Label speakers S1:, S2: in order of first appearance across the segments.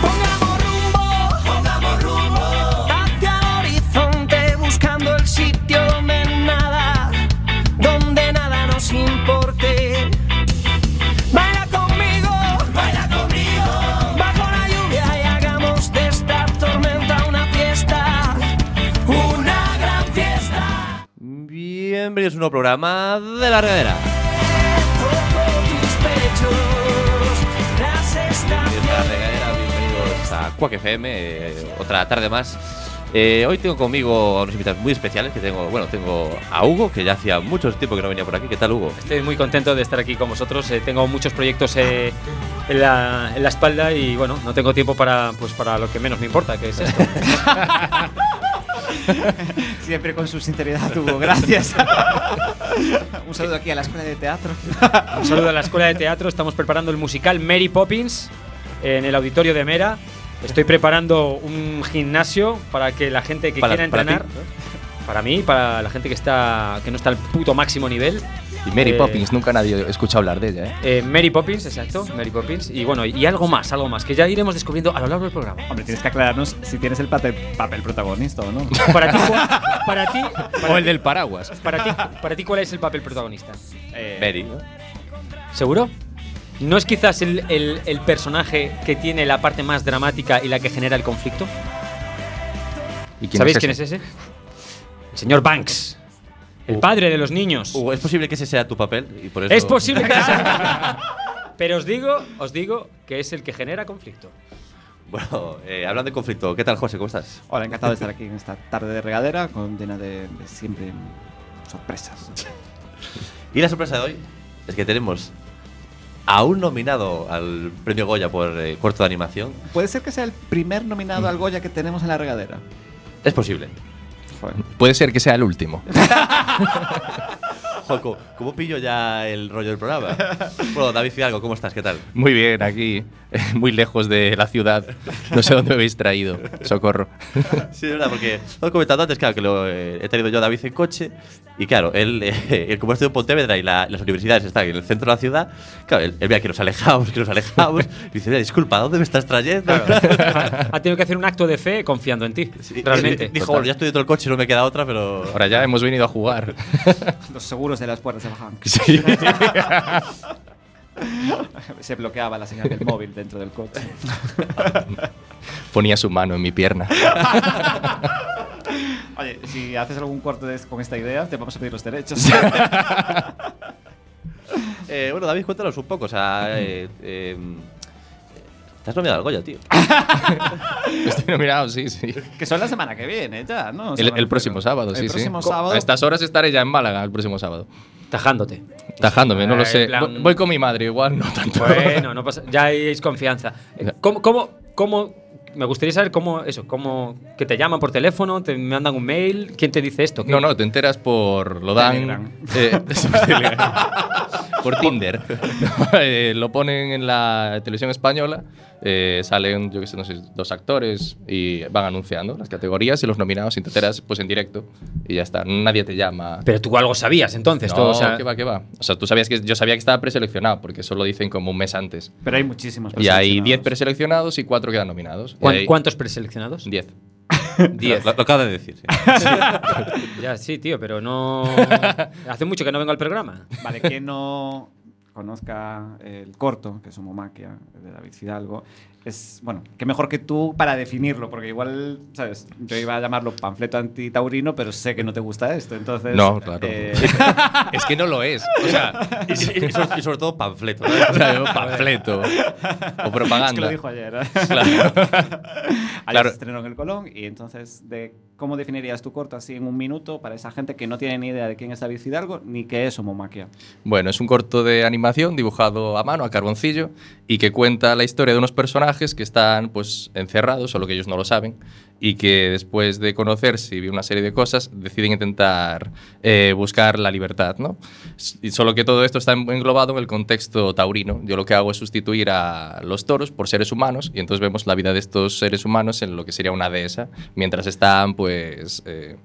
S1: Pongamos rumbo, pongamos rumbo hacia el horizonte buscando el sitio donde nada, donde nada nos importe. Baila conmigo, baila conmigo bajo la lluvia y hagamos de esta tormenta una fiesta, una gran fiesta.
S2: Bienvenidos a un nuevo programa de la regadera.
S1: Toco tus pechos, las
S2: Bienvenidos a la
S1: estaciones.
S2: regadera, bienvenidos a Quack FM, eh, otra tarde más. Eh, hoy tengo conmigo a unos invitados muy especiales que tengo, bueno, tengo a Hugo, que ya hacía mucho tiempo que no venía por aquí. ¿Qué tal, Hugo?
S3: Estoy muy contento de estar aquí con vosotros. eh, tengo muchos proyectos eh, en, la, en la espalda y bueno, no tengo tiempo para, pues, para lo que menos me importa, que es esto.
S4: Siempre con su sinceridad, Hugo. Gracias. Un saludo aquí a la Escuela de Teatro.
S3: Un saludo a la Escuela de Teatro. Estamos preparando el musical Mary Poppins en el auditorio de Mera. Estoy preparando un gimnasio para que la gente que
S2: Para-
S3: quiera
S2: para ti,
S3: entrenar, para mí, para la gente que está que no está al puto máximo nivel,
S5: Y Mary
S3: Eh,
S5: Poppins, nunca nadie escucha hablar de ella, ¿eh?
S3: Eh, Mary Poppins, exacto, Mary Poppins. Y bueno, y algo más, algo más, que ya iremos descubriendo a lo largo del programa.
S4: Hombre, tienes que aclararnos si tienes el papel, papel protagonista o no.
S3: Para ti, Juan- para ti, para ti-
S5: del paraguas.
S3: para ti, para ti, ¿cuál es el papel protagonista?
S4: Eh,
S2: Mary, ¿no?
S3: ¿Seguro? ¿No es quizás el, el- el personaje que tiene la parte más dramática y la que genera el conflicto?
S5: ¿Y quién
S3: ¿Sabéis
S5: es
S3: quién es
S5: ese?
S3: ese? El señor Banks, el padre de los niños.
S2: Hugo, ¿es posible que ese sea tu papel? Y por Uh, eso
S3: Es posible que sea. Pero os digo, os digo que es el que genera conflicto.
S2: Bueno, eh, hablando de conflicto, ¿qué tal, José? ¿Cómo estás?
S4: Hola, encantado de estar aquí en esta tarde de regadera, con llena de, de siempre sorpresas.
S2: Y la sorpresa de hoy es que tenemos a un nominado al premio Goya por eh, corto de animación.
S4: Puede ser que sea el primer nominado al Goya que tenemos en la regadera.
S2: Es posible.
S4: Joder.
S5: Puede ser que sea el último.
S2: Joco, ¿cómo pillo ya el rollo del programa? Bueno, David Fidalgo, ¿cómo estás? ¿Qué tal?
S5: Muy bien, aquí, eh, muy lejos de la ciudad. No sé dónde me habéis traído. Socorro.
S2: Sí, es verdad, porque lo he comentado antes, claro, que lo eh, he traído yo a David en coche. Y claro, él, eh, él como estudia en Pontevedra y la- las universidades están en el centro de la ciudad, claro, él, él ve que nos alejamos, que nos alejamos. Y dice, mira, disculpa, ¿a ¿dónde me estás trayendo?
S3: Ha tenido que hacer un acto de fe confiando en ti.
S2: Sí,
S3: realmente.
S2: eh, Dijo, bueno, ya estoy dentro del coche, no me queda otra, pero.
S5: Ahora ya hemos venido a jugar.
S4: Los seguros de las puertas se bajaban.
S5: Sí.
S4: Se bloqueaba la señal del móvil dentro del coche.
S5: Ponía su mano en mi pierna.
S4: Oye, si haces algún corte de- con esta idea, te vamos a pedir los derechos.
S2: Eh, bueno, David, cuéntanos un poco, o sea. Eh, eh, te has nominado al Goya, tío.
S5: Estoy nominado, sí, sí.
S4: que son la semana que viene, ya, ¿no?
S5: El,
S4: Semana
S5: el
S4: que
S5: próximo
S4: viene.
S5: sábado, sí,
S4: El próximo
S5: sí.
S4: sábado.
S5: A estas horas estaré ya en Málaga el próximo sábado.
S3: Tajándote.
S5: Tajándome, no
S3: Ah,
S5: lo
S3: en
S5: sé.
S3: plan-
S5: Voy- Voy con mi madre, igual no tanto.
S3: Bueno, no pasa, ya hay confianza. Eh,
S5: Ya.
S3: ¿Cómo, cómo, cómo, me gustaría saber cómo, eso, cómo, que te llaman por teléfono, te mandan un mail, quién te dice esto? ¿Qué-
S5: No, no, te enteras por lo
S4: Telegram.
S5: dan eh, por Telegram. por Tinder. No, eh, lo ponen en la televisión española, eh, salen, yo qué sé, no sé, dos actores y van anunciando las categorías y los nominados y te enteras pues en directo y ya está. Nadie te llama.
S3: Pero tú algo sabías entonces.
S5: No,
S3: tú, o sea,
S5: qué va, qué va. O sea, tú sabías que yo sabía que estaba preseleccionado porque eso lo dicen como un mes antes.
S4: Pero hay muchísimos.
S5: Y hay 10
S4: preseleccionados.
S5: preseleccionados y 4 quedan nominados.
S3: ¿cuán-
S5: Y hay
S3: ¿Cuántos preseleccionados?
S5: 10.
S2: Diez. Lo, lo acabo de decir. sí.
S3: Ya, sí, tío, pero no. Hace mucho que no vengo al programa.
S4: Vale, quien no conozca el corto, que es Homomaquia, de David Fidalgo, es, bueno, qué mejor que tú para definirlo, porque igual, ¿sabes? Yo iba a llamarlo panfleto antitaurino, pero sé que no te gusta esto, entonces...
S5: No, claro.
S4: eh,
S5: es que no lo es. O sea,
S2: Y, y- y sobre, y sobre todo panfleto. ¿no?
S5: o sea, panfleto o propaganda.
S4: es que lo dijo ayer. ¿eh?
S5: Claro.
S4: Ayer
S5: Claro.
S4: se estrenó en el Colón, y entonces, de ¿cómo definirías tu corto así en un minuto para esa gente que no tiene ni idea de quién es David Fidalgo ni qué es Homomaquia?
S5: Bueno, es un corto de animación dibujado a mano, a carboncillo, y que cuenta la historia de unos personajes que están pues encerrados, solo que ellos no lo saben, y que después de conocerse y vivir una serie de cosas, deciden intentar eh, buscar la libertad, ¿no? S- Y solo que todo esto está en- englobado en el contexto taurino. Yo lo que hago es sustituir a los toros por seres humanos y entonces vemos la vida de estos seres humanos en lo que sería una dehesa, mientras están, pues... eh,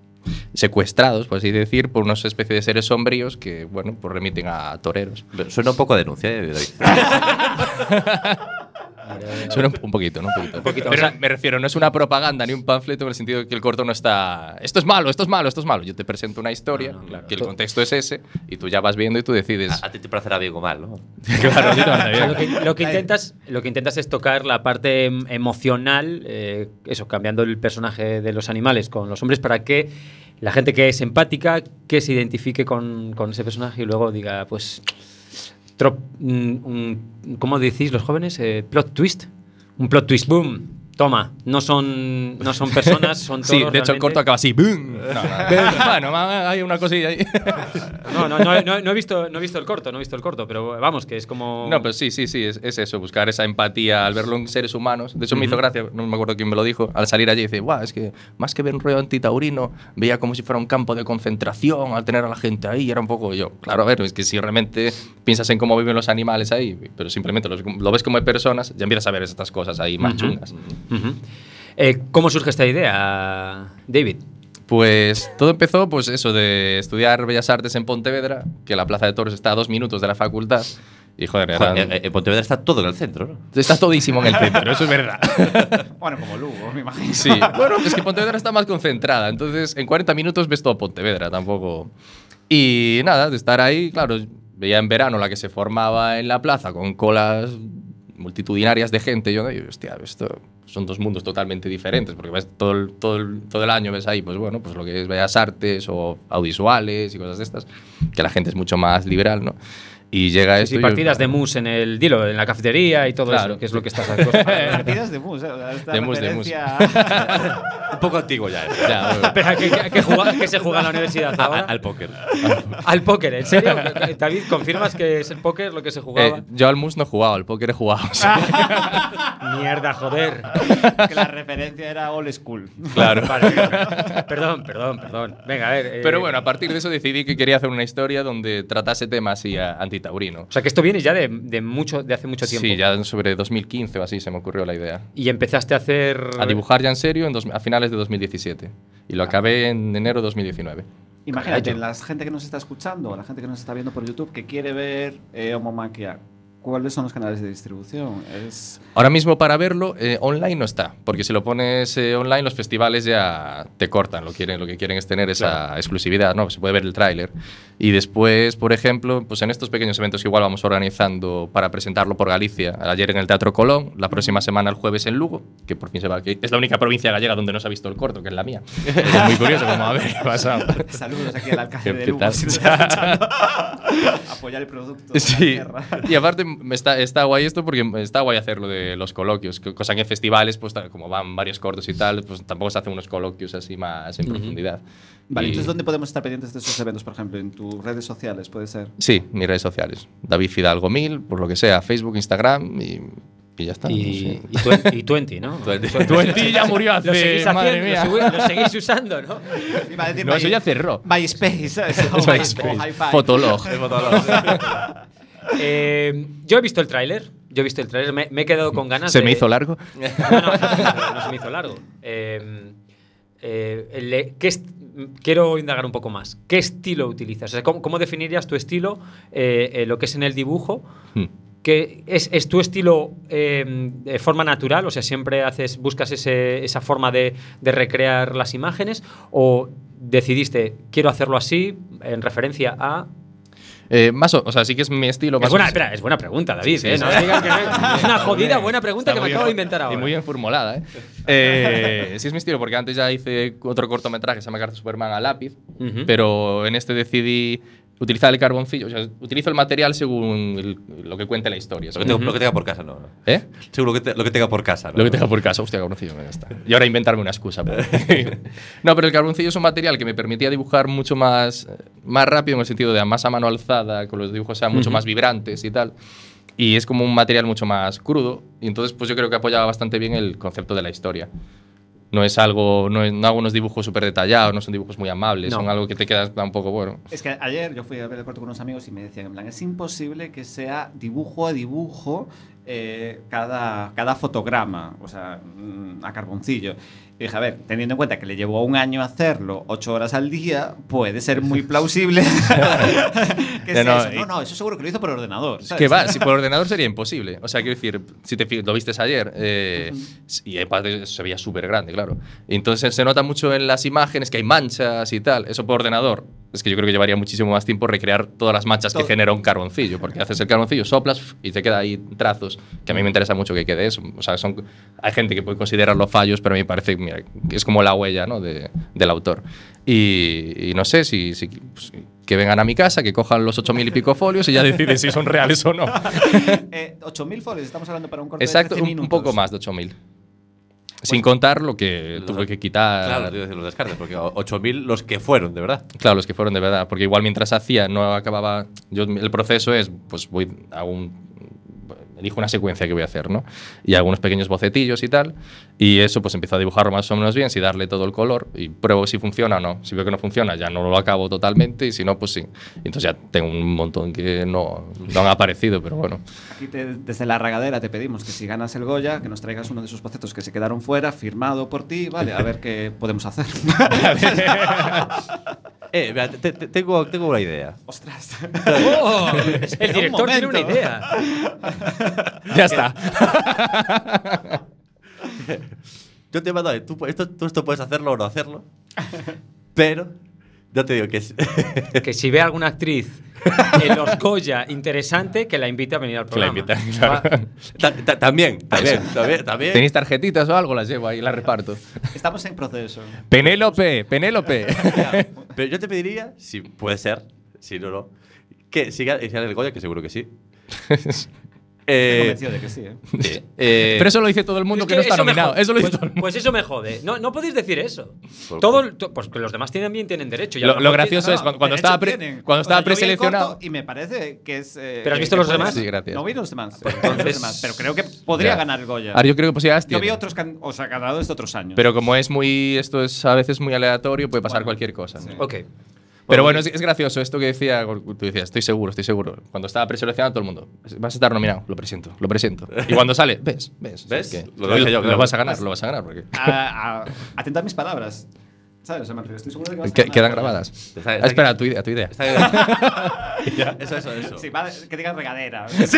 S5: secuestrados, por así decir, por una especie de seres sombríos que, bueno, pues remiten a toreros.
S2: Pero Suena un poco a denuncia, eh, David.
S5: Suena un, un poquito, ¿no? Un poquito.
S6: poquito,
S5: Pero
S6: o sea-
S5: me refiero, no es una propaganda ni un panfleto en el sentido de que el corto no está. Esto es malo, esto es malo, esto es malo. Yo te presento una historia, que el contexto es ese, y tú ya vas viendo y tú decides.
S2: A, a ti te parecerá bien o mal, ¿no?
S5: claro, yo te mando bien.
S3: Lo que, lo que intentas, lo que intentas es tocar la parte em- emocional, eh, eso, cambiando el personaje de los animales con los hombres para que la gente que es empática, que se identifique con, con ese personaje y luego diga, pues, trop- un- un- ¿cómo decís los jóvenes? Eh, plot twist. Un plot twist, boom. Toma, no son, no son personas, son todos
S5: Sí, de hecho el
S3: realmente-
S5: corto acaba así. ¡Bum! No, no, no. bueno, ma- hay una cosilla ahí.
S6: No, no, no, no, no he visto, no he visto el corto, no he visto el corto, pero vamos, que es como.
S5: No, pero sí, sí, sí, es, es eso, buscar esa empatía al verlo en seres humanos. De hecho, me hizo gracia, no me acuerdo quién me lo dijo, al salir allí dice, guau, es que más que ver un rollo antitaurino, veía como si fuera un campo de concentración al tener a la gente ahí, y era un poco yo. Claro, a ver, es que si realmente piensas en cómo viven los animales ahí, pero simplemente los- lo ves como personas, ya empiezas a ver estas cosas ahí más chungas.
S3: Ujú. Eh, ¿Cómo surge esta idea, David?
S5: Pues todo empezó, pues eso, de estudiar Bellas Artes en Pontevedra, que la Plaza de Toros está a dos minutos de la facultad, y joder, era...
S2: Joder, En en Pontevedra está todo en el centro, ¿no?
S5: Está todísimo en el centro, eso es verdad.
S4: Bueno, como Lugo, me imagino.
S5: Sí, bueno, es que Pontevedra está más concentrada, entonces en 40 minutos ves todo Pontevedra, tampoco. Y nada, de estar ahí, claro, veía en verano la que se formaba en la plaza con colas multitudinarias de gente. Yo digo, hostia, esto son dos mundos totalmente diferentes, porque ves todo el, todo, el, todo el año ves ahí, pues bueno, pues lo que es bellas artes o audiovisuales y cosas de estas, que la gente es mucho más liberal, ¿no? Y llega
S3: Sí,
S5: esto.
S3: sí,
S5: y yo-
S3: partidas de mus en el dilo, en la cafetería y todo
S5: Claro.
S3: eso, que es lo que estás acostumbrado.
S4: Partidas de mus, eh, o sea, esta
S5: De mus, de mus.
S4: referencia-
S2: Un poco antiguo ya, ¿eh?
S5: Ya, bueno.
S3: Espera, ¿qué, qué- qué juga- qué se juega en la universidad
S2: A-
S3: ahora?
S2: Al póker.
S3: Al póker, ¿en serio? David, ¿confirmas que es el póker lo que se jugaba?
S5: Eh, yo al mus no he jugado, al póker he jugado. o sea.
S3: Ah, Mierda, joder.
S4: que la referencia era old school.
S3: Claro. Perdón, perdón, perdón. Venga, a ver. eh,
S5: Pero bueno, a partir de eso decidí que quería hacer una historia donde tratase temas así a- antitaurinos.
S3: O sea, que esto viene ya de, de mucho, de hace mucho tiempo.
S5: Sí, ya sobre 2015 o así se me ocurrió la idea.
S3: Y empezaste a hacer.
S5: A dibujar ya en serio en dos- a finales de 2017. Y
S3: Ah.
S5: lo acabé en enero de 2019.
S4: Imagínate,
S3: Carayo.
S4: la gente que nos está escuchando, la gente que nos está viendo por YouTube, que quiere ver eh, Homomaquia, ¿cuáles son los canales de distribución? Es...
S5: Ahora mismo para verlo eh, online no está, porque si lo pones eh, online los festivales ya te cortan, lo, quieren, lo que quieren es tener esa exclusividad, ¿no? Se puede ver el tráiler. Y después, por ejemplo, pues en estos pequeños eventos que igual vamos organizando para presentarlo por Galicia, ayer en el Teatro Colón, la próxima semana el jueves en Lugo, que por fin se va, que es la única provincia gallega donde no se ha visto el corto, que es la mía. Es muy curioso como a ver, pasado.
S4: Saludos aquí al alcalde
S5: Qué
S4: de Lugo,
S5: petardo.
S4: si nos está escuchando. Apoyar el producto de la
S5: Sí.
S4: tierra.
S5: Y aparte me está, está guay esto porque está guay hacer lo de los coloquios, co- cosa que en festivales, pues ta- como van varios cortos y tal, pues tampoco se hacen unos coloquios así más en profundidad. Y-
S4: Vale, entonces, ¿dónde podemos estar pendientes de esos eventos, por ejemplo? En tus redes sociales, puede ser.
S5: Sí, mis redes sociales. David Fidalgo Mil, por lo que sea, Facebook, Instagram y, y ya está.
S3: Y, y, twen- y 20, ¿no?
S2: Pues,
S5: Twenty ya murió
S3: Lo seguís
S5: hace, madre
S3: haciendo, lo segui- lo seguís usando, ¿no?
S4: Iba a decir
S5: No,
S4: My-
S5: eso ya cerró.
S4: MySpace, ¿sabes? O
S5: MySpace.
S4: hi- o hi-fi.
S5: Fotolog.
S3: Eh, yo he visto el tráiler. Yo he visto el tráiler. Me, me he quedado con ganas.
S5: Se
S3: de-
S5: me hizo largo.
S3: No, no, no, no se me hizo largo. Eh, eh, le- ¿qué est- quiero indagar un poco más. ¿Qué estilo utilizas? O sea, ¿cómo, cómo definirías tu estilo, eh, eh, lo que es en el dibujo?
S5: Hmm.
S3: que es, es tu estilo eh, de forma natural, o sea, siempre haces, buscas ese- esa forma de, de recrear las imágenes, o decidiste, quiero hacerlo así, en referencia a...
S5: Eh, más o, o sea, sí que es mi estilo.
S3: Es
S5: más o
S3: buena,
S5: menos-
S3: espera, es buena pregunta, David.
S5: Sí,
S3: ¿eh?
S5: sí,
S3: No
S5: sí.
S3: digas que no es- es una jodida
S5: Hombre,
S3: buena pregunta
S5: está
S3: que me
S5: muy
S3: acabo
S5: enfor-
S3: de inventar
S5: Y
S3: ahora.
S5: muy enformulada, ¿eh? Eh, Sí es mi estilo, porque antes ya hice otro cortometraje, se llama Carta Superman a lápiz,
S3: Ujú.
S5: pero en este decidí utilizar el carboncillo. O sea, utilizo el material según el- lo que cuente la historia.
S2: Lo que,
S5: ¿sabes?
S2: tengo, lo que tenga por casa, no.
S5: ¿Eh?
S2: Seguro que te- lo que tenga por casa, ¿no?
S5: Lo que tenga por casa, hostia, carboncillo, ya está. Y ahora inventarme una excusa. porque- no, pero el carboncillo es un material que me permitía dibujar mucho más, más rápido en el sentido de a más a mano alzada, con los dibujos sean mucho más vibrantes y tal. Y es como un material mucho más crudo. Y entonces, pues yo creo que apoyaba bastante bien el concepto de la historia. No es algo, no, es- no hago unos dibujos súper detallados, no son dibujos muy amables,
S3: No.
S5: son algo que te quedas tampoco bueno.
S4: Es que ayer yo fui a ver el corto con unos amigos y me decían, en plan, es imposible que sea dibujo a dibujo eh, cada, cada fotograma, o sea, mm, a carboncillo. Y dije, a ver, teniendo en cuenta que le llevó un año hacerlo, ocho horas al día, puede ser muy plausible que sea
S5: No, no,
S4: eso. no,
S5: y-
S4: no, eso seguro que lo hizo por ordenador.
S5: Es
S4: ¿sabes?
S5: que va, si por ordenador sería imposible. O sea, quiero decir, si te fijas, lo vistes ayer, eh, y en parte se veía súper grande, claro. Entonces se nota mucho en las imágenes que hay manchas y tal. Eso por ordenador. Es que yo creo que llevaría muchísimo más tiempo recrear todas las manchas
S4: Todo.
S5: que genera un carboncillo, porque haces el carboncillo, soplas f, y te queda ahí trazos, que a mí me interesa mucho que quede eso. O sea, son, hay gente que puede considerarlo fallos, pero a mí me parece mira, que es como la huella ¿no? de- del autor. Y, y no sé si, si- pues, que vengan a mi casa, que cojan los 8.000 y pico folios y ya deciden si son reales o no.
S4: Eh, 8.000 folios, estamos hablando para un corto
S5: Exacto,
S4: de 13
S5: un, un
S4: minutos.
S5: poco más de 8.000. Sin contar lo que
S2: Los-
S5: tuve que quitar.
S2: Claro, tío, los descartes, porque 8.000 los que fueron, de verdad.
S5: Claro, los que fueron de verdad, porque igual mientras hacía no acababa. Yo, el proceso es, pues voy a un. Elijo una secuencia que voy a hacer, ¿no? Y algunos pequeños bocetillos y tal. Y eso, pues empiezo a dibujarlo más o menos bien, si darle todo el color y pruebo si funciona o no. Si veo que no funciona, ya no lo acabo totalmente y si no, pues sí. Entonces ya tengo un montón que no, no han aparecido, pero bueno.
S4: Aquí te- desde la ragadera te pedimos que si ganas el Goya, que nos traigas uno de esos bocetos que se quedaron fuera, firmado por ti, vale, a ver qué podemos hacer.
S2: Eh, mira, te- te- tengo, tengo una idea.
S4: Ostras.
S3: ¡Oh! El director tiene una
S4: momento.
S3: idea.
S5: Ya está.
S2: Yo te mando, a ver, tú, pu- esto, tú esto puedes hacerlo o no hacerlo, pero ya te digo que es-
S3: Que si ve alguna actriz en los Goya interesante, que la invite a venir al
S5: Que la
S3: programa.
S5: invitan, claro.
S3: Va-
S2: ta- ta- también, también, también, también.
S5: ¿Tenéis tarjetitas o algo? Las llevo ahí, las reparto.
S4: Estamos en proceso.
S5: Penélope, Penélope.
S2: Ya, Pero yo te pediría, si puede ser, si no, no, que siga siga el Goya, que seguro que sí.
S4: Estoy
S2: Eh,
S4: convencido de que sí. ¿eh?
S2: sí. Eh,
S5: Pero eso lo dice todo el mundo
S3: Es
S5: que, no está
S3: eso me
S5: nominado.
S3: jode.
S5: Eso lo dice
S3: pues,
S5: todo el mundo.
S3: pues eso me jode. No, no podéis decir eso.
S2: ¿Por
S3: Todo, el- to- pues que los demás tienen bien tienen derecho. y a
S5: Lo-
S3: lo
S5: lo
S3: mejor
S5: gracioso es
S3: tienen-
S5: cuando, cuando
S4: derecho
S5: estaba, pre-
S4: tienen.
S5: cuando estaba
S4: O sea, yo vi el
S5: preseleccionado.
S4: corto Y me parece que es. eh,
S3: ¿Pero has
S4: que-
S3: visto
S4: que
S3: los
S4: puede
S3: demás?
S4: ser.
S5: Sí, gracias.
S4: No vi los demás. pero,
S3: Entonces-
S4: los demás, pero creo que podría
S5: Ya.
S4: ganar el Goya.
S5: Ahora yo creo que posibilidades
S4: Yo vi
S5: tiene.
S4: otros can- o sea, ganadores de otros años.
S5: Pero como es muy. Esto es a veces muy aleatorio, puede pasar cualquier cosa. ¿no?
S3: Ok.
S5: Pero bueno, es, es gracioso esto que decía. Tú decías, estoy seguro, estoy seguro. Cuando estaba preseleccionado, todo el mundo. Vas a estar nominado, lo presiento, lo presiento. Y cuando sale, ves, ves. o sea,
S2: ¿Ves?
S5: es que
S2: Lo dije yo, claro.
S5: vas a ganar, lo vas a ganar. Porque
S4: A- a- atenta a mis palabras. ¿Sabes? O sea, Mateo, estoy seguro de que vas a
S5: que-
S4: ganar.
S5: quedan grabadas.
S2: Está- está
S5: Ah, espera, a tu idea, a tu idea.
S2: está bien. Ya, eso, eso, eso.
S4: Sí, va- que digas regadera. Sí.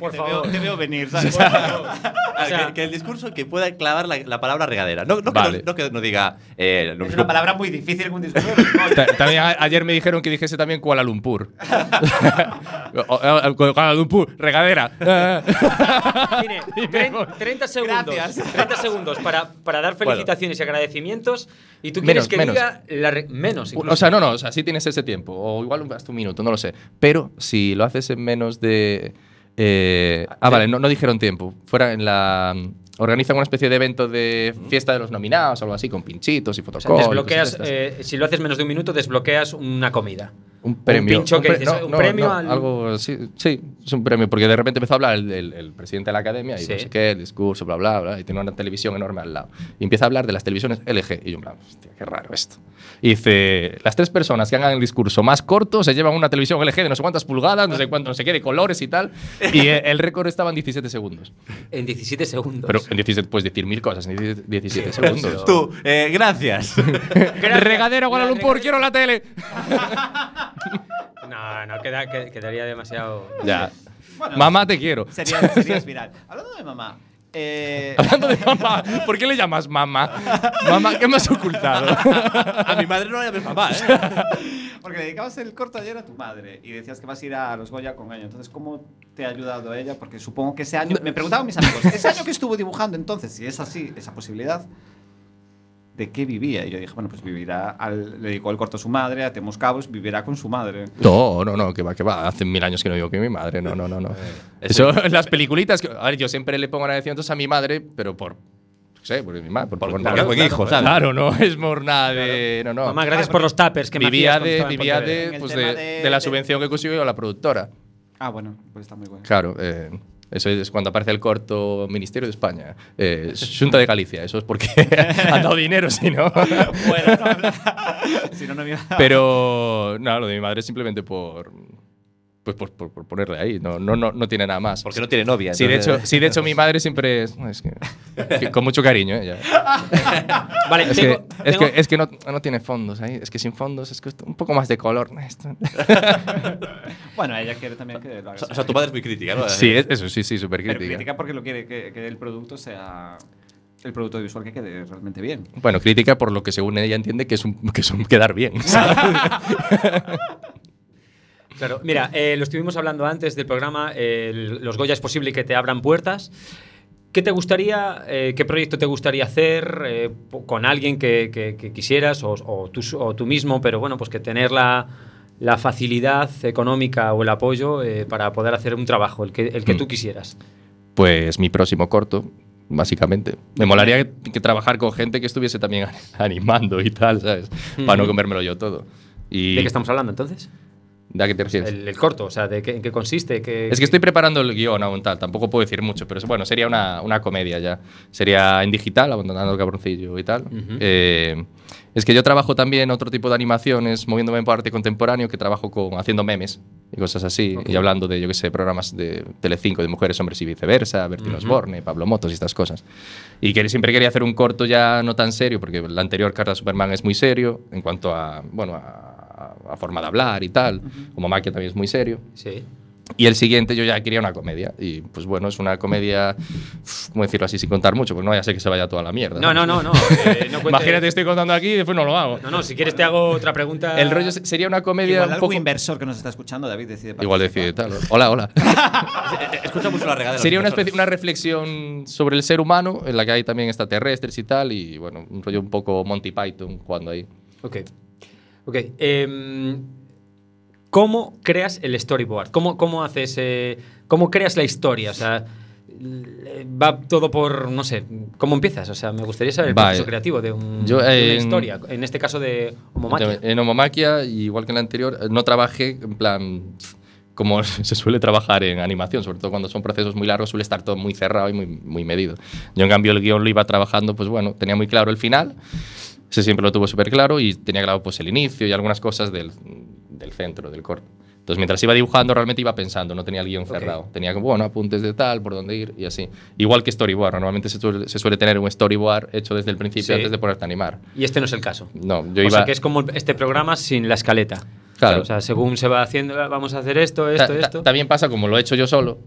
S3: Por
S4: te,
S3: favor.
S4: Veo, te veo venir, ¿sabes?
S2: Ah,
S3: O sea-
S2: que, que el discurso que pueda clavar la, la palabra regadera. No, no,
S5: Vale.
S2: que, no, no que no diga. eh, no-
S4: es una palabra muy difícil en un discurso. Goya.
S5: Ta- También a- ayer me dijeron que dijese también Kuala Lumpur. O- o- o- Kuala Lumpur, regadera.
S3: Tiene tren- 30 segundos.
S4: Gracias.
S3: 30 segundos para, para dar
S5: Bueno.
S3: felicitaciones y agradecimientos. Y tú
S5: Menos,
S3: quieres que
S5: menos.
S3: diga la re- menos.
S5: O-
S3: incluso.
S5: O sea, no, no, o sea, sí tienes ese tiempo. O igual hasta un minuto, no lo sé. Pero si lo haces en menos de. eh, ah, vale, no, no dijeron tiempo. Fuera en la. Organizan una especie de evento de fiesta de los nominados, algo así, con pinchitos y
S3: O
S5: fotocopias.
S3: sea, desbloqueas,
S5: cosas de estas.
S3: eh, si lo haces menos de un minuto, desbloqueas una comida.
S5: un premio.
S3: pincho que
S5: pre-
S3: dices, un premio al-
S5: Algo, sí, sí, es un premio. Porque de repente empezó a hablar el, el- el presidente de la academia y
S3: Sí.
S5: no sé qué, el discurso, bla, bla, bla. Y tiene una televisión enorme al lado. Y empieza a hablar de las televisiones LG. Y yo, en plan, hostia, qué raro esto. Y dice, las tres personas que hagan el discurso más corto se llevan una televisión LG de no sé cuántas pulgadas, no sé cuánto, no sé qué, de colores y tal. Y eh, el récord estaba en 17 segundos.
S3: En 17 segundos.
S5: Pero en 17 puedes decir mil cosas en 17, 17 segundos.
S2: Tú, eh, gracias.
S3: Gracias.
S5: Regadero, Kuala
S3: La
S5: Lumpur,
S3: regadera-
S5: quiero la tele.
S3: No, no, queda- que- quedaría demasiado.
S5: Ya.
S4: Bueno,
S5: Mamá, te quiero.
S4: Sería, serías viral. Hablando de mamá. Eh,
S5: Hablando de mamá, ¿por qué le llamas mamá? Mamá, ¿qué me has ocultado?
S2: A mi madre no la llames mamá, ¿eh?
S4: Porque le dedicabas el corto ayer a tu madre y decías que vas a ir a los Goya con ella. Entonces, ¿cómo te ha ayudado ella? Porque supongo que ese año. Me preguntaban mis amigos, ese año que estuvo dibujando, entonces, si es así, esa posibilidad, ¿de qué vivía? Y yo dije, bueno, pues vivirá. al- le dedicó el corto a su madre, a Temos Cabos, vivirá con su madre.
S5: No, no, no, que va, que va. Hace mil años que no vivo con mi madre. No, no, no, no. Eso, las peliculitas. que- a ver, yo siempre le pongo agradecimientos a mi madre, pero por. No sé, por mi madre. Por, por,
S2: Porque
S5: nada.
S2: fue hijo, ¿sabes?
S5: Claro, no es por nada de. No, no.
S3: Mamá, gracias por los tappers que me
S5: vivía
S3: hacías cuando
S5: de,
S3: estaba en
S5: vivía
S3: Pontevedra.
S4: En
S5: de,
S4: el
S5: pues
S4: tema
S5: de,
S4: de-
S5: de la
S4: de-
S5: subvención que consiguió la productora.
S4: Ah, bueno, pues está muy bueno.
S5: Claro. eh, Eso es cuando aparece el corto Ministerio de España, eh, Junta de Galicia. Eso es porque han dado dinero, si no.
S4: si no, no me iba a-
S5: Pero no, lo de mi madre es simplemente por, pues por, por- por ponerle ahí. No, no, no, no tiene nada más.
S2: Porque no tiene novia.
S5: Sí, de
S2: entonces-
S5: hecho, sí, de hecho mi madre siempre es, no, es que- que con mucho cariño. ¿eh? Ya.
S3: Vale,
S5: Es que,
S3: tengo-
S5: es
S3: tengo-
S5: que, es que no, no tiene fondos ahí. Es que sin fondos es que esto- un poco más de color. ¿no? Esto-
S4: Bueno, ella quiere también que lo haga.
S2: O sea, tu madre es muy crítica, ¿no?
S5: Sí, es- eso sí, sí, súper
S4: Pero
S5: crítica.
S4: crítica porque lo quiere que, que el producto sea el producto visual que quede realmente bien.
S5: Bueno, crítica por lo que según ella entiende que es un, que es un quedar bien. ¿sabes?
S3: Claro, mira, eh, lo estuvimos hablando antes del programa, eh, el- los Goya es posible que te abran puertas. ¿Qué te gustaría, eh, qué proyecto te gustaría hacer eh, po- con alguien que, que- que quisieras o, o tú, s- o tú mismo, pero bueno, pues que tener la, la facilidad económica o el apoyo eh, para poder hacer un trabajo, el que, el que
S5: Mm.
S3: tú quisieras?
S5: pues mi próximo corto, básicamente. Me molaría que, que trabajar con gente que estuviese también animando y tal, ¿sabes? Para no
S3: Ujú.
S5: comérmelo yo todo. Y,
S3: ¿De qué estamos hablando entonces?
S5: ¿De a qué te refieres?
S3: El, el corto, o sea, ¿de qué, ¿en qué consiste? ¿Qué-
S5: Es que estoy preparando el guión aún tal, tampoco puedo decir mucho, pero es- bueno, sería una, una comedia ya. Sería en digital, abandonando el cabroncillo y tal. Eh, es que yo trabajo también otro tipo de animaciones, moviéndome por arte contemporáneo, que trabajo con, haciendo memes y cosas así, y hablando de, yo qué sé, programas de Telecinco, de mujeres, hombres y viceversa, Bertín Osborne, Pablo Motos y estas cosas. Y que siempre quería hacer un corto ya no tan serio, porque la anterior carta a Superman es muy serio, en cuanto a, bueno, a, a forma de hablar y tal, como Maquia también es muy serio.
S3: Sí.
S5: Y el siguiente yo ya quería una comedia. Y pues bueno, es una comedia, uf, ¿cómo decirlo así sin contar mucho? Pues no, ya sé que se vaya toda la mierda.
S3: No, no, no, no. eh, no cuente-
S5: Imagínate, estoy contando aquí y después no lo hago.
S3: No, no, si quieres te hago otra pregunta.
S5: El rollo se- sería una comedia
S4: Igual
S5: un
S4: algún
S5: poco...
S4: inversor que nos está escuchando, David, decide
S5: Igual decir
S4: participar.
S5: tal. Hola, hola.
S2: Eh, Escucha mucho la regadera.
S5: Sería una, especie- una reflexión sobre el ser humano, en la que hay también extraterrestres y tal, y bueno, un rollo un poco Monty Python cuando hay.
S3: Ok. Ok. em, ¿Cómo creas el storyboard? ¿Cómo, cómo haces. eh, ¿Cómo creas la historia? O sea. l- Va todo por, no sé, ¿cómo empiezas? O sea, me gustaría saber el
S5: Vale.
S3: proceso creativo de, un-
S5: Yo,
S3: de una
S5: en-
S3: historia, en este caso de Homomaquia.
S5: En Homomaquia, igual que en la anterior, eh, no trabajé en plan como se suele trabajar en animación, sobre todo cuando son procesos muy largos, suele estar todo muy cerrado y muy, muy medido. Yo, en cambio, el guión lo iba trabajando, pues bueno, tenía muy claro el final, ese siempre lo tuvo súper claro y tenía claro pues el inicio y algunas cosas del, del centro, del corte. Entonces, mientras iba dibujando, realmente iba pensando, no tenía el guión cerrado. Tenía como, bueno, apuntes de tal, por dónde ir y así. Igual que storyboard, normalmente se suele, se suele tener un storyboard hecho desde el principio
S3: Sí.
S5: antes de ponerte a animar.
S3: Y este no es el caso.
S5: No, yo
S3: o
S5: iba...
S3: sea, que es como este programa sin la escaleta.
S5: Claro.
S3: O sea, según se va haciendo, "Ah, vamos a hacer esto,
S5: Ta-
S3: esto,
S5: ta-
S3: esto.
S5: También pasa como lo he hecho yo solo.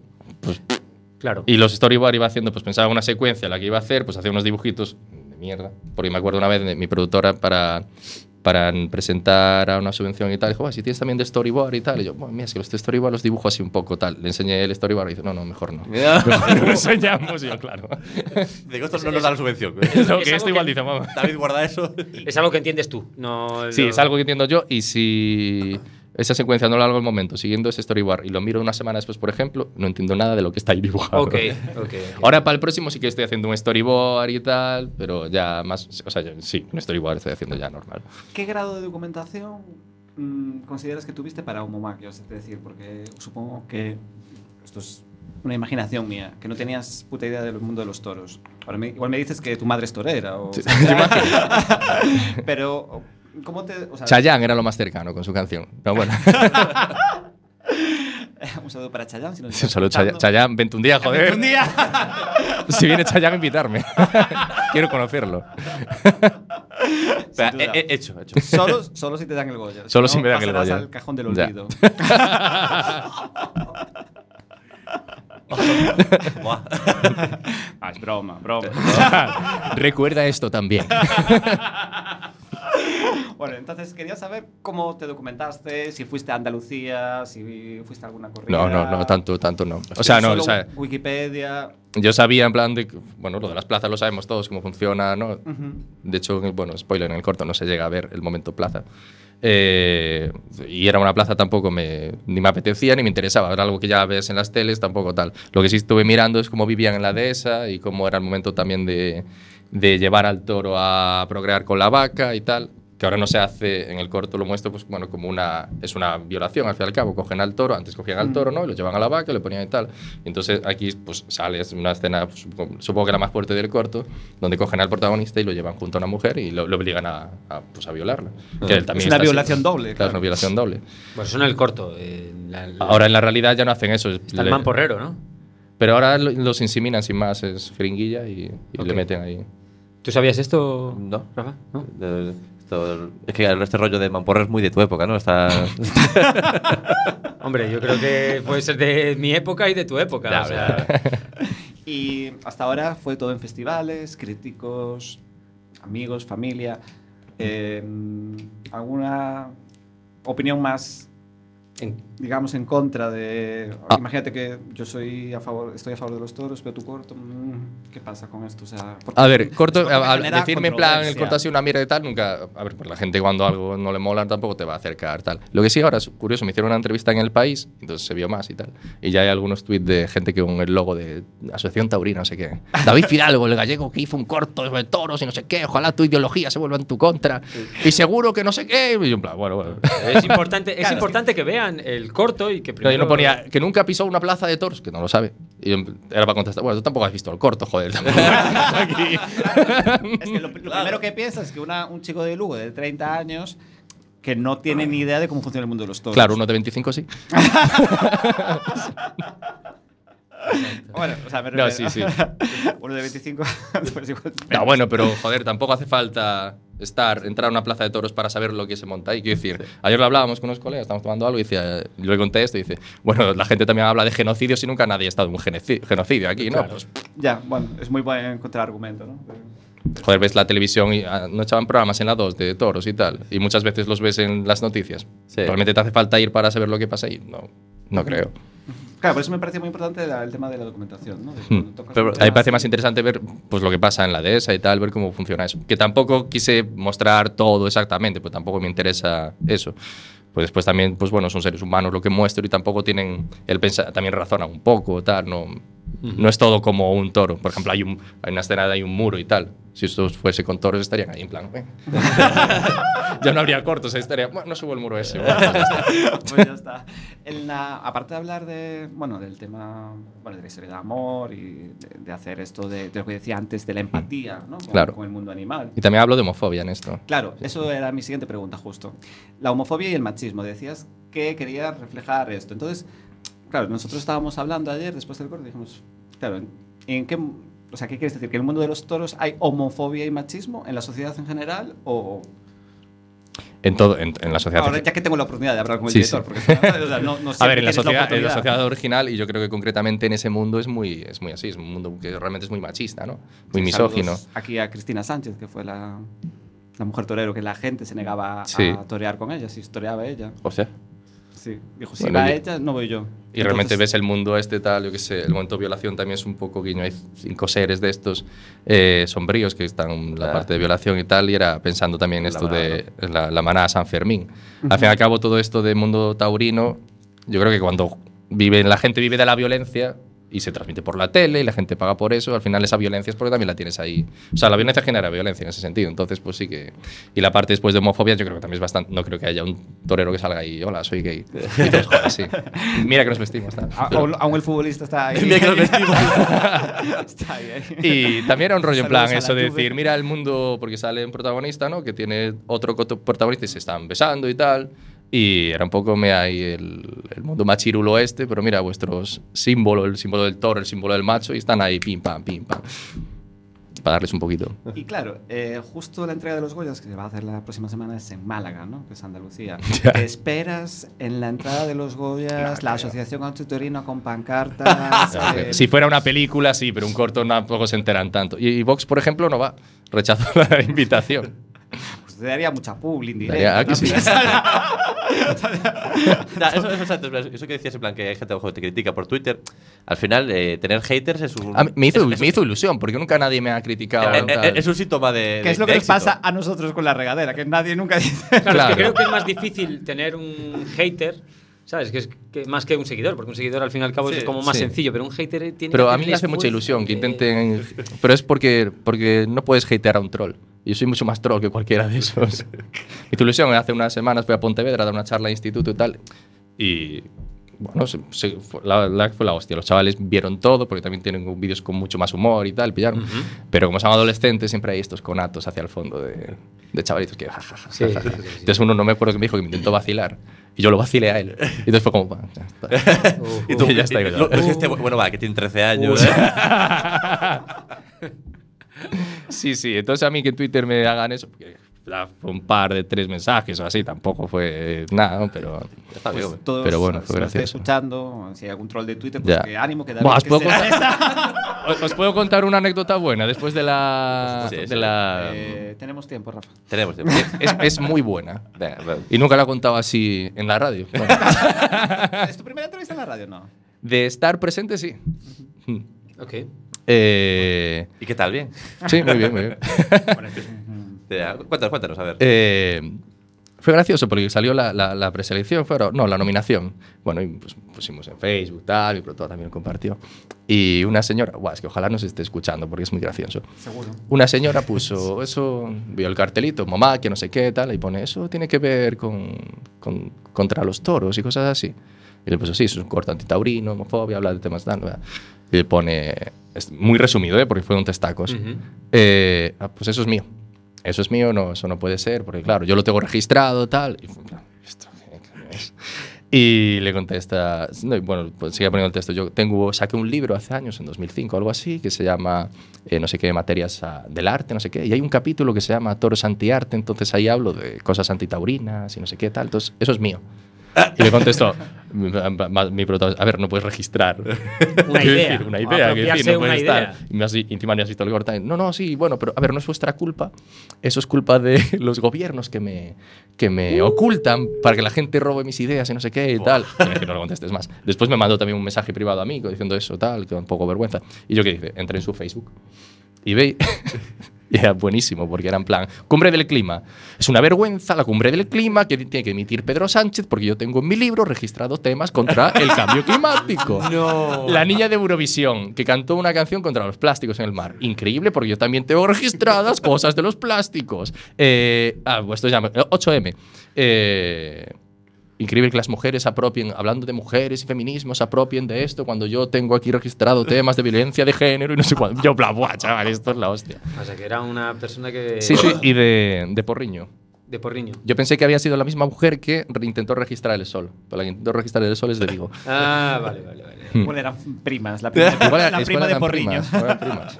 S3: Claro.
S5: Y los storyboard iba haciendo, pues pensaba una secuencia, la que iba a hacer, pues hacía unos dibujitos de mierda. Porque me acuerdo una vez de mi productora para, para presentar a una subvención y tal, dijo, "Buah, si tienes también de storyboard y tal. Y yo, "Buah, mira, es que los de storyboard los dibujo así un poco tal. Le enseñé el storyboard y dice, no, no, mejor no. Mejor no enseñamos Y yo, claro.
S2: De costos no nos da la subvención.
S5: Es lo
S3: Es
S5: que
S3: algo
S5: esto igual
S3: que-
S5: dice, mamá.
S2: David guarda eso.
S3: Es algo que entiendes tú. No
S5: Sí,
S3: lo-
S5: es algo que entiendo yo y si esa secuencia no la hago el momento, siguiendo ese storyboard y lo miro una semana después, por ejemplo, no entiendo nada de lo que está ahí dibujado.
S3: Ok, ok, ok.
S5: Ahora para el próximo sí que estoy haciendo un storyboard y tal, pero ya más, o sea, yo- sí, un storyboard estoy haciendo ya normal.
S4: ¿Qué grado de documentación mm, consideras que tuviste para Homomaquia? Es decir, porque supongo que esto es una imaginación mía, que no tenías puta idea del mundo de los toros. Ahora me- igual me dices que tu madre es torera o... Pero, ¿cómo te...? o sea,
S5: Chayanne era lo más cercano con su canción. No, bueno,
S4: Un saludo para Chayán, si nos
S5: un
S4: estás
S5: saludo Chayanne.
S4: escuchando.
S5: Chayanne, vente un día, joder.
S4: Un día.
S5: Si viene Chayanne, invitarme. Quiero conocerlo.
S2: Espera,
S4: duda.
S2: he- he- eh, hecho, hecho.
S4: Solo, solo si te dan el Goya.
S5: eh, Solo
S4: no,
S5: si me dan el
S4: pasarás
S5: Goya.
S4: al cajón del
S5: Ya.
S4: olvido.
S2: Buah.
S4: Ah, es broma, broma.
S5: Recuerda esto también.
S4: bueno, entonces quería saber cómo te documentaste, si fuiste a Andalucía, si fuiste a alguna corrida.
S5: No, no, no, tanto, tanto no. O sea, no,
S4: Solo
S5: o sea,
S4: Wikipedia.
S5: yo sabía en plan de, bueno, lo de las plazas lo sabemos todos, cómo funciona, ¿no?
S4: Ujú.
S5: De hecho, en el- bueno, spoiler, en el corto no se llega a ver el momento plaza. Eh, y era una plaza tampoco me, ni me apetecía ni me interesaba. Era algo que ya ves en las teles, tampoco tal. Lo que sí estuve mirando es cómo vivían en la dehesa y cómo era el momento también de, de llevar al toro a procrear con la vaca y tal. que ahora no se hace en el corto, lo muestro pues bueno, como una es una violación al fin y al cabo, cogen al toro, antes cogían al toro, ¿no? Y lo llevan a la vaca, lo ponían y tal. Y entonces aquí pues sale es una escena pues, supongo, supongo que la más fuerte del corto, donde cogen al protagonista y lo llevan junto a una mujer y lo, lo obligan a, a, pues, a violarla. Que él también
S4: Es
S5: está
S4: una violación doble,
S5: Claro, es
S4: claro.
S5: una violación doble.
S3: Pues eso en el corto. eh, la- la-
S5: Ahora en la realidad ya no hacen eso.
S3: está el
S5: le-
S3: mamporrero, ¿no?
S5: pero ahora lo- los inseminan sin más, es jeringuilla y, y
S3: Ok.
S5: le meten ahí.
S3: ¿Tú sabías esto,
S2: No.
S3: Rafa? ¿No?
S2: Eh, esto- es que claro, este rollo de mamporro es muy de tu época, ¿no? Está,
S3: Hombre, yo creo que puede ser de mi época y de tu época.
S2: Ya,
S3: o sea,
S4: Y hasta ahora fue todo en festivales, críticos, amigos, familia. Eh, ¿Alguna opinión más,
S3: en-
S4: digamos, en contra de...
S5: Ah.
S4: Imagínate que yo soy a favor, estoy a favor de los toros, pero tú corto... mm, ¿Qué pasa con esto? O sea, porque-
S5: A ver, corto,
S4: Eso
S5: a- a-
S4: genera
S5: decirme en plan, el
S4: controversia.
S5: corto ha sido una mierda y tal, nunca. A ver, pues la gente cuando algo no le mola tampoco te va a acercar, tal. Lo que sí, ahora es curioso, me hicieron una entrevista en El País, entonces se vio más y tal. Y ya hay algunos tweets de gente que con el logo de Asociación Taurina, no sé qué. David Fidalgo, el gallego que hizo un corto sobre toros y no sé qué, ojalá tu ideología se vuelva en tu contra. Y seguro que no sé qué. Y yo, en plan, bueno, bueno.
S3: es importante, es importante que vean el corto y que
S5: No,
S3: primero.
S5: yo no ponía que nunca pisó una plaza de toros, que no lo sabe. Y yo era para contestar, bueno, tú tampoco has visto el corto, joder.
S4: Es que lo, lo primero que piensas es que una- un chico de Lugo de 30 años que no tiene ni idea de cómo funciona el mundo de los toros.
S5: claro, uno de 25 sí.
S4: Bueno, o sea, me
S5: No,
S4: refiero-
S5: sí, sí.
S4: uno de 25. pues igual-
S5: No, bueno, pero joder, tampoco hace falta estar, entrar a una plaza de toros para saber lo que se monta ahí. Quiero decir, ayer lo hablábamos con unos colegas, estábamos tomando algo y decía, yo le conté esto y dice, bueno, la gente también habla de genocidios y nunca nadie ha estado en un geneci- genocidio aquí, ¿no? Pues,
S4: Ya, bueno, es muy buen contraargumento, ¿no?
S5: joder, ves la televisión y ah, no echaban programas en la 2 de toros y tal, y muchas veces los ves en las noticias.
S2: Sí.
S5: ¿Realmente te hace falta ir para saber lo que pasa ahí? No, no creo.
S4: Claro, por eso me parece muy importante la- el tema de la documentación, ¿no? De cuando tocas
S5: Hmm, Mm, Pero
S4: un
S5: a mí
S4: tema
S5: me parece más
S4: así.
S5: interesante ver pues, lo que pasa en la dehesa y tal, ver cómo funciona eso. Que tampoco quise mostrar todo exactamente, pues tampoco me interesa eso. Pues después también, pues bueno, son seres humanos lo que muestro y tampoco tienen el pensar, también razonan un poco, tal, no, no es todo como un toro. Por ejemplo, hay, un, hay una escena de hay un muro y tal. Si esto fuese con toros estarían ahí en plan, "Eh". ya no habría cortos, ahí estaría, bueno, no subo el muro ese. bueno, pues ya está".
S4: Pues ya está. En la- aparte de hablar de, bueno, del tema, bueno, de la historia de amor y de, de hacer esto de, de lo que decía antes, de la empatía, ¿no? Con,
S5: Claro.
S4: con el mundo animal.
S5: y también hablo de homofobia en esto.
S4: Claro, eso era mi siguiente pregunta, justo. La homofobia y el machismo. Decías que querías reflejar esto. Entonces, claro, nosotros estábamos hablando ayer después del corte y dijimos, claro, ¿en- ¿en qué, o sea, ¿qué quieres decir? ¿Que en el mundo de los toros hay homofobia y machismo en la sociedad en general? O
S5: En, todo, en, en la sociedad.
S4: ahora ya que tengo la oportunidad de hablar con el
S5: Sí,
S4: director,
S5: sí.
S4: porque o sea, no, no
S5: A
S4: siempre
S5: ver, en la,
S4: tienes
S5: sociedad, en la
S4: oportunidad.
S5: sociedad original, y yo creo que concretamente en ese mundo es muy, es muy así, es un mundo que realmente es muy machista, ¿no? Muy
S4: Sí,
S5: misógino.
S4: saludos Aquí a Cristina Sánchez, que fue la, la mujer torero que la gente se negaba a-
S5: Sí.
S4: a torear con ella, si toreaba ella.
S2: o sea,
S4: Sí. Dijo, si
S5: Bueno,
S4: va
S5: y-
S4: ella, no voy yo.
S5: Y realmente
S4: Entonces-
S5: ves el mundo este tal, yo qué sé, el momento de violación también es un poco guiño, hay cinco seres de estos eh, sombríos que están en la
S2: Ah.
S5: parte de violación y tal, y era pensando también
S2: La
S5: esto
S2: manada,
S5: de la, la manada San Fermín. Al fin y al cabo todo esto de mundo taurino, yo creo que cuando vive, la gente vive de la violencia y se transmite por la tele y la gente paga por eso, al final esa violencia es porque también la tienes ahí. O sea, la violencia genera violencia en ese sentido, entonces pues sí que... Y la parte después de homofobia yo creo que también es bastante... No creo que haya un torero que salga y, hola, soy gay. Y todos, "Joder, sí. Mira que nos vestimos. tal".
S4: A- Ah, Aún, aún el futbolista está ahí.
S2: Mira que los vestimos.
S4: está ahí, ahí.
S5: Y también era un rollo en
S4: Saludos
S5: plan
S4: a la
S5: eso de
S4: Juve.
S5: decir, mira el mundo, porque sale un protagonista, ¿no? Que tiene otro coto- protagonista y se están besando y tal. Y era un poco, me ahí el, el mundo machirulo este, pero mira vuestros símbolos, el símbolo del toro, el símbolo del macho, y están ahí, pim, pam, pim, pam. Para darles un poquito.
S4: Y claro, eh, justo la entrega de los Goyas, que se va a hacer la próxima semana, es en Málaga, ¿no? Que es Andalucía. ¿Te esperas en la entrada de los Goyas, la asociación antitorino con
S5: Ah,
S4: pancartas?
S2: Ah,
S4: eh,
S5: Si fuera una película, sí, pero un corto tampoco se enteran tanto. Y, y Vox, por ejemplo, no va. Rechazó la invitación.
S4: pues, te daría mucha publi en
S5: Daría- aquí
S4: directo,
S5: sí.
S4: ¿no?
S2: Nah, eso, eso es antes, pero eso que decías en plan que hay gente ojo, que te critica por Twitter. Al final, eh, tener haters es un.
S5: A mí- me, hizo,
S2: es- es-
S5: me hizo ilusión, porque nunca nadie me ha criticado.
S2: eh, eh,
S5: tal.
S2: es un síntoma de.
S4: Que es
S2: de-
S4: lo que
S2: de
S4: nos
S2: éxito.
S4: pasa a nosotros con la regadera, que nadie nunca dice.
S3: Claro, es que
S5: Claro.
S3: creo que es más difícil tener un hater. ¿Sabes? Que es que más que un seguidor, porque un seguidor al fin y al cabo
S2: Sí,
S3: es como más
S5: sí.
S3: sencillo, pero un hater tiene.
S5: Pero
S3: que
S5: a
S3: hacer
S5: mí
S3: el
S5: me hace mucha
S3: esfuerzo
S5: ilusión que
S3: de-
S5: intenten. Pero es porque, porque no puedes hatear a un troll. Yo soy mucho más troll que cualquiera de esos. Mi ilusión, hace unas semanas fui a Pontevedra a dar una charla de instituto y tal. Y bueno, se- se- fue, la, la- fue la hostia. Los chavales vieron todo, porque también tienen un- vídeos con mucho más humor y tal, pillaron. Pero como son adolescentes, siempre hay estos conatos hacia el fondo de, de chavalitos que. ja, ja, ja, ja, ja. Entonces uno no me acuerdo que me dijo que me intentó vacilar. Y yo lo vacilé a él. Y entonces fue como. "Bueno, ya está".
S2: Y tú,
S5: Y ya está,
S2: y-
S5: digo yo.
S2: lo- lo dijiste, bueno, va, que tiene 13 años. ¿eh?
S5: Sí, sí. Entonces a mí que en Twitter me hagan eso. porque la- Fue un par de tres mensajes o así, tampoco fue eh, nada, ¿no? pero.
S2: Está bien,
S4: Pues
S2: hombre.
S4: todos,
S5: Ah, Pero bueno,
S4: si
S5: fue
S4: lo estáis
S5: gracioso.
S4: escuchando, si hay algún troll de Twitter, pues
S5: Ya.
S4: que ánimo que
S5: Buah,
S4: David
S5: ¿os
S4: que
S5: puedo
S4: se-
S5: Os, os puedo contar una anécdota buena después de la.
S2: Sí, sí.
S5: de la
S4: Eh, tenemos tiempo, Rafa.
S2: Tenemos tiempo.
S5: es, es muy buena. Y nunca la he contado así en la radio. Bueno,
S4: ¿Es tu primera entrevista en la radio no?
S5: de estar presente, sí.
S3: Ok.
S5: Eh,
S2: ¿Y qué tal? Bien.
S5: sí, muy bien, muy bien.
S2: Eh, Cuéntanos, cuéntanos, a ver.
S5: Eh, fue gracioso porque salió la, la- la preselección, fueron, no, la nominación. Bueno, y pues pusimos en Facebook, tal, y todo también lo compartió. Y una señora, guau, es que ojalá nos esté escuchando porque es muy gracioso.
S4: Seguro.
S5: Una señora puso eso, vio el cartelito, mamá, que no sé qué, tal, y pone, eso tiene que ver con, con- contra los toros y cosas así. Y le puso, sí, eso es un corto antitaurino, homofobia, habla de temas tal. bla". Y le pone, es muy resumido, ¿eh? porque fue un testacos. Eh, "Ah, pues eso es mío. Eso es mío, no, eso no puede ser, porque claro, yo lo tengo registrado, tal. Y fue en plan, "¿Esto qué coño es?". Y le contesta, no, y bueno, pues sigue poniendo el texto. Yo tengo, saqué un libro hace años, en 2005, algo así, que se llama, eh, no sé qué, materias ah, del arte, no sé qué. Y hay un capítulo que se llama Toros antiarte, entonces ahí hablo de cosas antitaurinas y no sé qué, tal. Entonces, eso es mío. Y le contestó, mi mi protagonista, a ver, no puedes registrar. Una
S3: idea,
S5: una
S3: o
S5: idea, que
S3: apropiarse
S5: decir, no
S3: una
S5: puedes
S3: idea.
S5: estar. Y me has, y encima me has visto el Gore Time. No, no, sí, bueno, pero a ver, no es vuestra culpa. Eso es culpa de los gobiernos que me, que me
S3: Uh.
S5: ocultan para que la gente robe mis ideas y no sé qué y tal. Y me dice, no lo contestes más. Después me mandó también un mensaje privado a mí diciendo eso, tal, que un poco vergüenza. Y yo qué hice, entré en su Facebook y ve. Y era buenísimo, porque era en plan, cumbre del clima. Es una vergüenza la cumbre del clima que tiene que emitir Pedro Sánchez, porque yo tengo en mi libro registrado temas contra el cambio climático. La niña de Eurovisión, que cantó una canción contra los plásticos en el mar. Increíble, porque yo también tengo registradas cosas de los plásticos. Eh, ah, pues esto se llama 8M. Eh, Increíble que las mujeres se apropien, hablando de mujeres y feminismo, se apropien de esto cuando yo tengo aquí registrado temas de violencia de género y no sé cuánto. Yo, bla, bla, chaval, esto es la hostia.
S3: O sea, que era una persona que.
S5: Sí, sí, Eh, y de, de Porriño.
S3: De porriño.
S5: Yo pensé que había sido la misma mujer que re- intentó registrar el sol. Pero la que intentó registrar el sol es de Vigo.
S3: Ah, vale, vale, vale.
S4: Bueno, eran primas, la prima,
S5: Mm. Igual era-
S4: la
S5: igual
S4: prima de
S5: eran
S4: Porriño.
S5: primas, igual eran primas.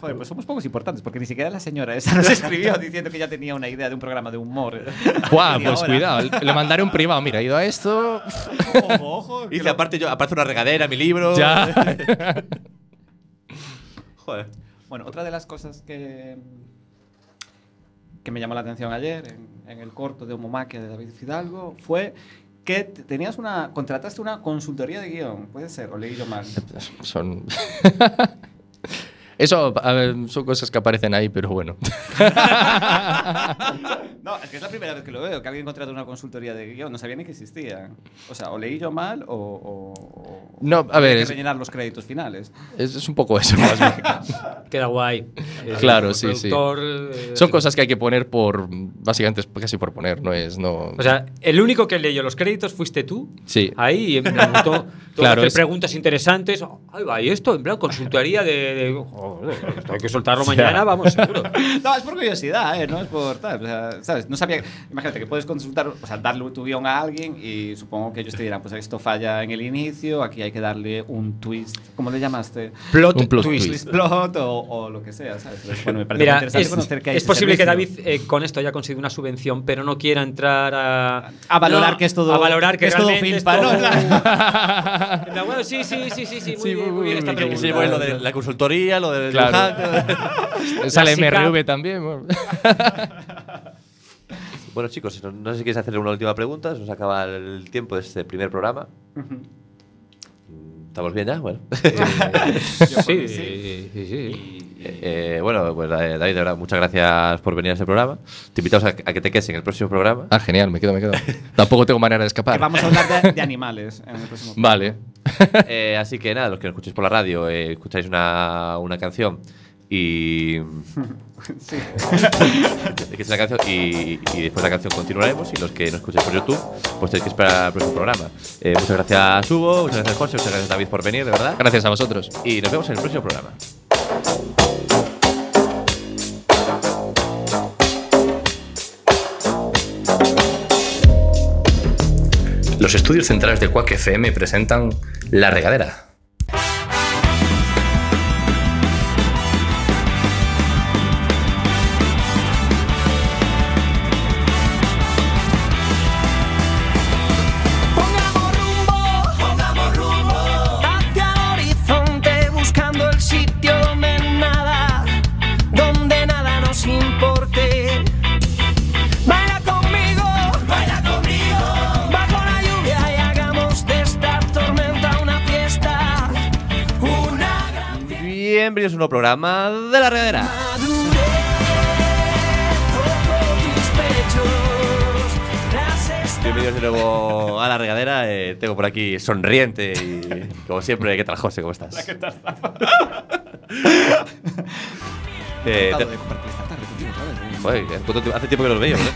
S4: Joder, pues somos pocos importantes, porque ni siquiera la señora esa nos escribió diciendo que ya tenía una idea de un programa de humor.
S5: Buah,
S4: Media
S5: pues
S4: hora.
S5: cuidado, le mandaré un privado. Mira, he ido a esto.
S4: Ojo, ojo. que
S2: Dice,
S4: lo-
S2: aparte, yo, aparece una regadera, mi libro.
S5: Ya.
S2: Joder.
S4: Bueno, otra de las cosas que, que me llamó la atención ayer en, en el corto de Homomaquia de David Fidalgo fue que t- tenías una, contrataste una consultoría de guión, puede ser, o leí yo mal.
S5: Son. Eso, a ver, son cosas que aparecen ahí, pero bueno.
S4: No, es que es la primera vez que lo veo, que alguien contrata una consultoría de guión, no sabía ni que existía. O sea, o leí yo mal o... o- o-
S5: No, a ver,
S4: hay que
S5: es,
S4: rellenar los créditos finales.
S5: es- es un poco eso más bien.
S3: Queda guay. Eh,
S5: Claro,
S3: como
S5: sí, sí.
S3: productor, eh,
S5: Son cosas que hay que poner por. Básicamente es casi por poner, no es. No,
S6: O sea, el único que leyó los créditos fuiste tú.
S5: sí.
S6: Ahí, en plan, to- todo
S5: Claro,
S6: hacer
S5: es-
S6: preguntas interesantes. Ahí va, y esto, en plan, consultoría de. de- joder, esto hay que soltarlo mañana, vamos, seguro.
S4: No, es por curiosidad, ¿eh? No es por tal. O sea, ¿sabes? No sabía. Imagínate que puedes consultar, o sea, darle tu guión a alguien y supongo que ellos te dirán, pues esto falla en el inicio, aquí hay que darle un twist. ¿Cómo le llamaste?
S6: Plot,
S5: Un plot
S6: twist.
S5: twist.
S4: Plot o, o lo que sea, ¿sabes? Entonces, bueno, me parece muy
S6: Mira,
S4: interesante
S6: es,
S4: conocer que hay
S6: es
S4: este
S6: posible que David
S4: servicio.
S6: eh, con esto haya conseguido una subvención, pero no quiera entrar a.
S4: A valorar
S6: No,
S4: que es todo.
S6: A valorar que,
S4: es todo
S6: realmente
S4: filpa,
S6: es todo-
S4: ¿no? Claro.
S6: En plan, bueno, sí, sí, sí, sí, sí, muy
S5: Sí,
S6: bien,
S5: muy,
S6: muy bien
S5: muy
S6: esta
S5: bien.
S2: Que, que se
S6: pregunta.
S2: llevó lo de la consultoría, lo del
S5: Claro.
S2: dibujante.
S5: Sale
S6: chica-
S5: MRV también. bueno.
S2: Bueno, chicos, no, no sé si quieres hacer una última pregunta. Se nos acaba el tiempo de este primer programa. Mm, ¿Estamos bien ya? Bueno.
S3: Sí, sí, sí, sí.
S2: Eh, eh, bueno, pues eh, David, de verdad, muchas gracias por venir a este programa. Te invitamos a, a que te quedes en el próximo programa.
S5: Ah, genial, me quedo, me quedo. Tampoco tengo manera de escapar.
S4: Que vamos a hablar de, de animales en el próximo.
S5: Vale.
S2: Eh, así que nada, los que nos escuchéis por la radio, eh, escucháis una, una canción Y. Es que es la canción y, y después de la canción continuaremos y los que nos escuchéis por YouTube, pues tenéis que esperar al próximo programa. Eh, muchas gracias Hugo, muchas gracias José, muchas gracias David por venir, de verdad.
S5: Gracias a vosotros.
S2: Y nos vemos en el próximo programa.
S7: Los estudios centrales de Quack FM presentan La Regadera.
S1: Pongamos rumbo, pongamos rumbo hacia el horizonte buscando el sitio donde nada, donde nada nos importe. Baila conmigo, baila conmigo bajo la lluvia y hagamos de esta tormenta una fiesta, una gran
S2: Bienvenidos a un nuevo programa de la regadera. Bienvenidos de nuevo a la regadera. Eh, tengo por aquí sonriente y, como siempre, ¿qué tal, José? ¿Cómo estás? ¿Qué tal, Eh,
S4: Encantado de compartir esta tarde contigo, ¿sabes?
S2: hace eh, tiempo que los veía, ¿verdad?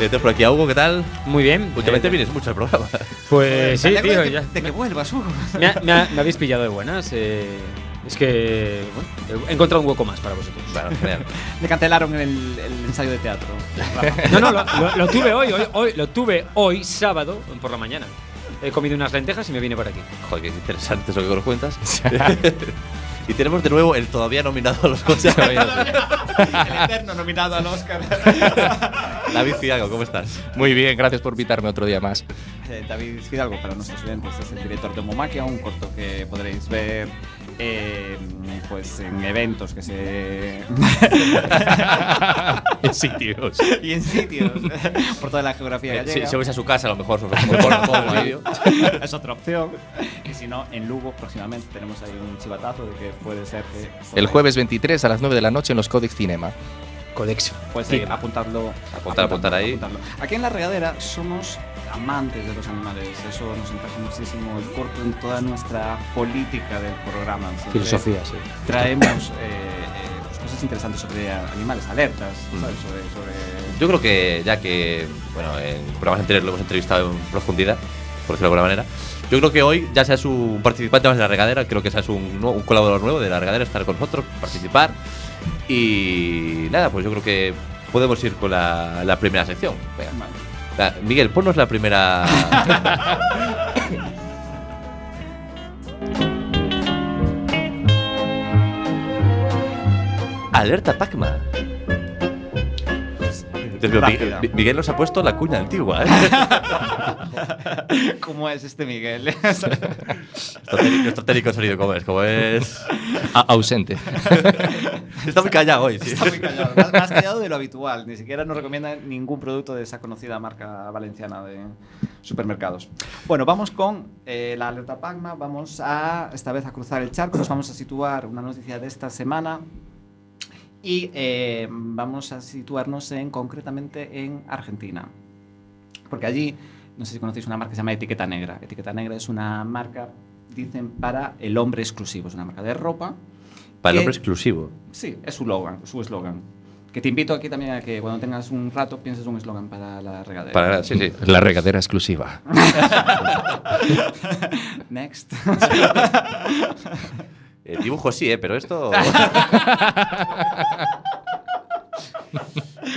S2: Eh, tengo por aquí a Hugo, ¿qué tal?
S3: Muy bien.
S2: Últimamente
S3: eh,
S2: vienes mucho al programa.
S3: Pues sí,
S4: Estaría
S3: tío,
S4: bueno de,
S3: ya.
S4: que- de que vuelvas, Hugo.
S3: Me, ha- me ha- me habéis pillado de buenas. eh, es que bueno, he encontrado un hueco más para vosotros.
S2: Bueno, genial.
S4: Le cancelaron el, el ensayo de teatro.
S3: No, no, lo, lo- lo tuve hoy, hoy, hoy- lo tuve hoy, sábado, por la mañana. He comido unas lentejas y me vine por aquí.
S2: Joder, qué interesante eso que nos cuentas. y tenemos de nuevo el todavía nominado a los coches.
S4: el eterno nominado al Oscar.
S2: David Ciago, ¿cómo estás?
S5: Muy bien, gracias por invitarme otro día más.
S4: Eh, David Fidalgo, para nuestros clientes, es el director de Momaquia, un corto que podréis ver eh, pues en eventos que se...
S5: En sitios.
S4: y en sitios, por toda la geografía
S2: Eh,
S4: gallega.
S2: si, si vais a su casa, a lo mejor os ofrecemos por, por el vídeo.
S4: es otra opción. Y si no, en Lugo próximamente tenemos ahí un chivatazo de que puede ser que...
S5: El jueves 23 a las 9 de la noche en los Codex Cinema.
S3: Codex.
S4: Puedes
S3: Sí.
S4: eh, apuntarlo.
S2: Apuntar, apuntar ahí.
S4: apuntarlo. Aquí en la regadera somos amantes de los animales. Eso nos encaja muchísimo el corto en toda nuestra política del programa. Siempre
S3: Filosofía, sí.
S4: Traemos eh, eh, pues, cosas interesantes sobre a- animales, alertas, ¿sabes? Sobre, sobre-
S2: Yo creo que ya que, bueno, en programas anteriores lo hemos entrevistado en profundidad, por decirlo de alguna manera, yo creo que hoy ya seas un participante más de la regadera, creo que seas un, nuevo- un colaborador nuevo de la regadera, estar con nosotros, participar. Y nada, pues yo creo que podemos ir con la, la primera sección. Venga.
S4: Vale.
S2: Ah, Miguel, ponnos la primera. Alerta Pacma.
S4: Rápida.
S2: Miguel, Miguel nos ha puesto la cuña antigua. ¿eh?
S4: ¿Cómo es este Miguel?
S2: Nuestro técnico- Nuestro técnico sonido, ¿cómo es? ¿Cómo es?
S5: A- ausente.
S2: Está muy callado hoy. sí.
S4: Está muy callado. Más, más callado de lo habitual. Ni siquiera nos recomienda ningún producto de esa conocida marca valenciana de supermercados. Bueno, vamos con eh, la alerta PACMA. Vamos a, esta vez, a cruzar el charco. Nos vamos a situar una noticia de esta semana. Y eh, vamos a situarnos en, concretamente en Argentina. Porque allí, no sé si conocéis una marca que se llama Etiqueta Negra. Etiqueta Negra es una marca, dicen, para el hombre exclusivo. Es una marca de ropa
S2: Para el hombre
S4: ¿Qué?
S2: exclusivo.
S4: Sí, es su logan, su eslogan. Que te invito aquí también a que cuando tengas un rato pienses un eslogan para la regadera.
S2: Para, sí, sí.
S5: La regadera exclusiva.
S4: Next.
S2: Eh, dibujo sí, ¿eh? pero esto.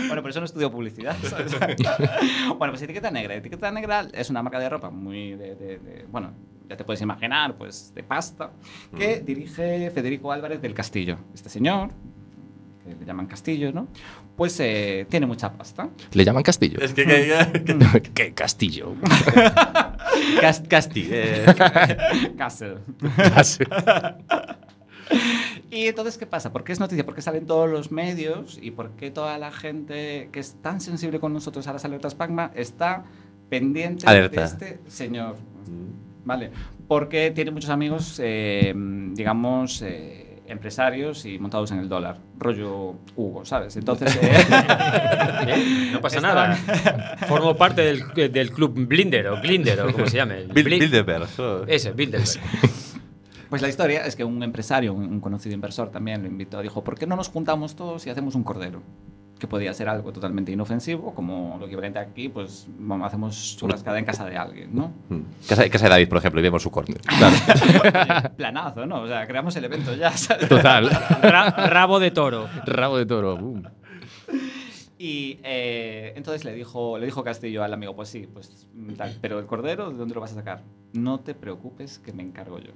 S4: bueno, por eso no estudio publicidad. ¿sabes? bueno, pues etiqueta negra. Etiqueta negra es una marca de ropa muy de, de- de- bueno, ya te puedes imaginar, pues de pasta, que
S2: Mm.
S4: dirige Federico Álvarez del Castillo. Este señor, que le llaman Castillo, ¿no? Pues eh, tiene mucha pasta.
S5: Le llaman Castillo.
S2: es que. que- que-
S5: ¿Qué Castillo?
S2: Cast- Casti. eh.
S4: Castle. Y entonces, ¿qué pasa? ¿Por qué es noticia? ¿Por qué salen todos los medios? ¿Y por qué toda la gente que es tan sensible con nosotros a las alertas PACMA está pendiente
S2: Alerta.
S4: de este señor? Vale, porque tiene muchos amigos, eh, digamos, eh, empresarios y montados en el dólar. Rollo Hugo, ¿sabes? Entonces, eh,
S3: Bien, no pasa
S4: Está
S3: nada. Formo parte del, del club Blinder o Glinder o como se llame. el
S2: Bil-
S3: Bli-
S2: Bilderberg.
S3: Ese, Bilderberg.
S4: Pues la historia es que un empresario, un un conocido inversor también lo invitó, dijo, ¿por qué no nos juntamos todos y hacemos un cordero? Que podía ser algo totalmente inofensivo, como lo equivalente aquí, pues vamos, hacemos churrascada en casa de alguien, ¿no?
S2: Casa, casa de David, por ejemplo, y vemos su córner.
S4: Oye, planazo, ¿no? O sea, creamos el evento ya, ¿sabes?
S5: Total.
S6: Ra- rabo de toro.
S5: Rabo de toro. boom.
S4: Y eh, entonces le dijo, le dijo Castillo al amigo, pues sí, pues mm, tal, pero el cordero, ¿de dónde lo vas a sacar? No te preocupes, que me encargo yo.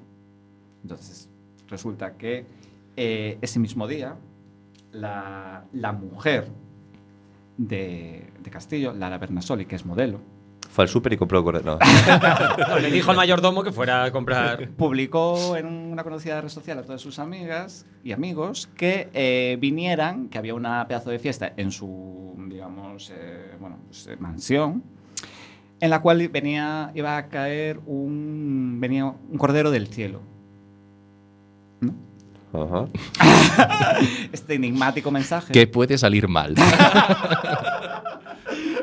S4: Entonces, resulta que eh, ese mismo día, la, la mujer de, de Castillo, Lara Bernasoli, que es modelo,
S2: Fue al súper y compró cordero. No.
S6: No, le dijo al mayordomo que fuera a comprar.
S4: publicó en una conocida red social a todas sus amigas y amigos que eh, vinieran, que había una pedazo de fiesta en su, digamos, eh, bueno, pues, eh, mansión, en la cual venía, iba a caer un, venía un cordero del cielo.
S2: Ajá.
S4: Este enigmático mensaje,
S5: Que puede salir mal.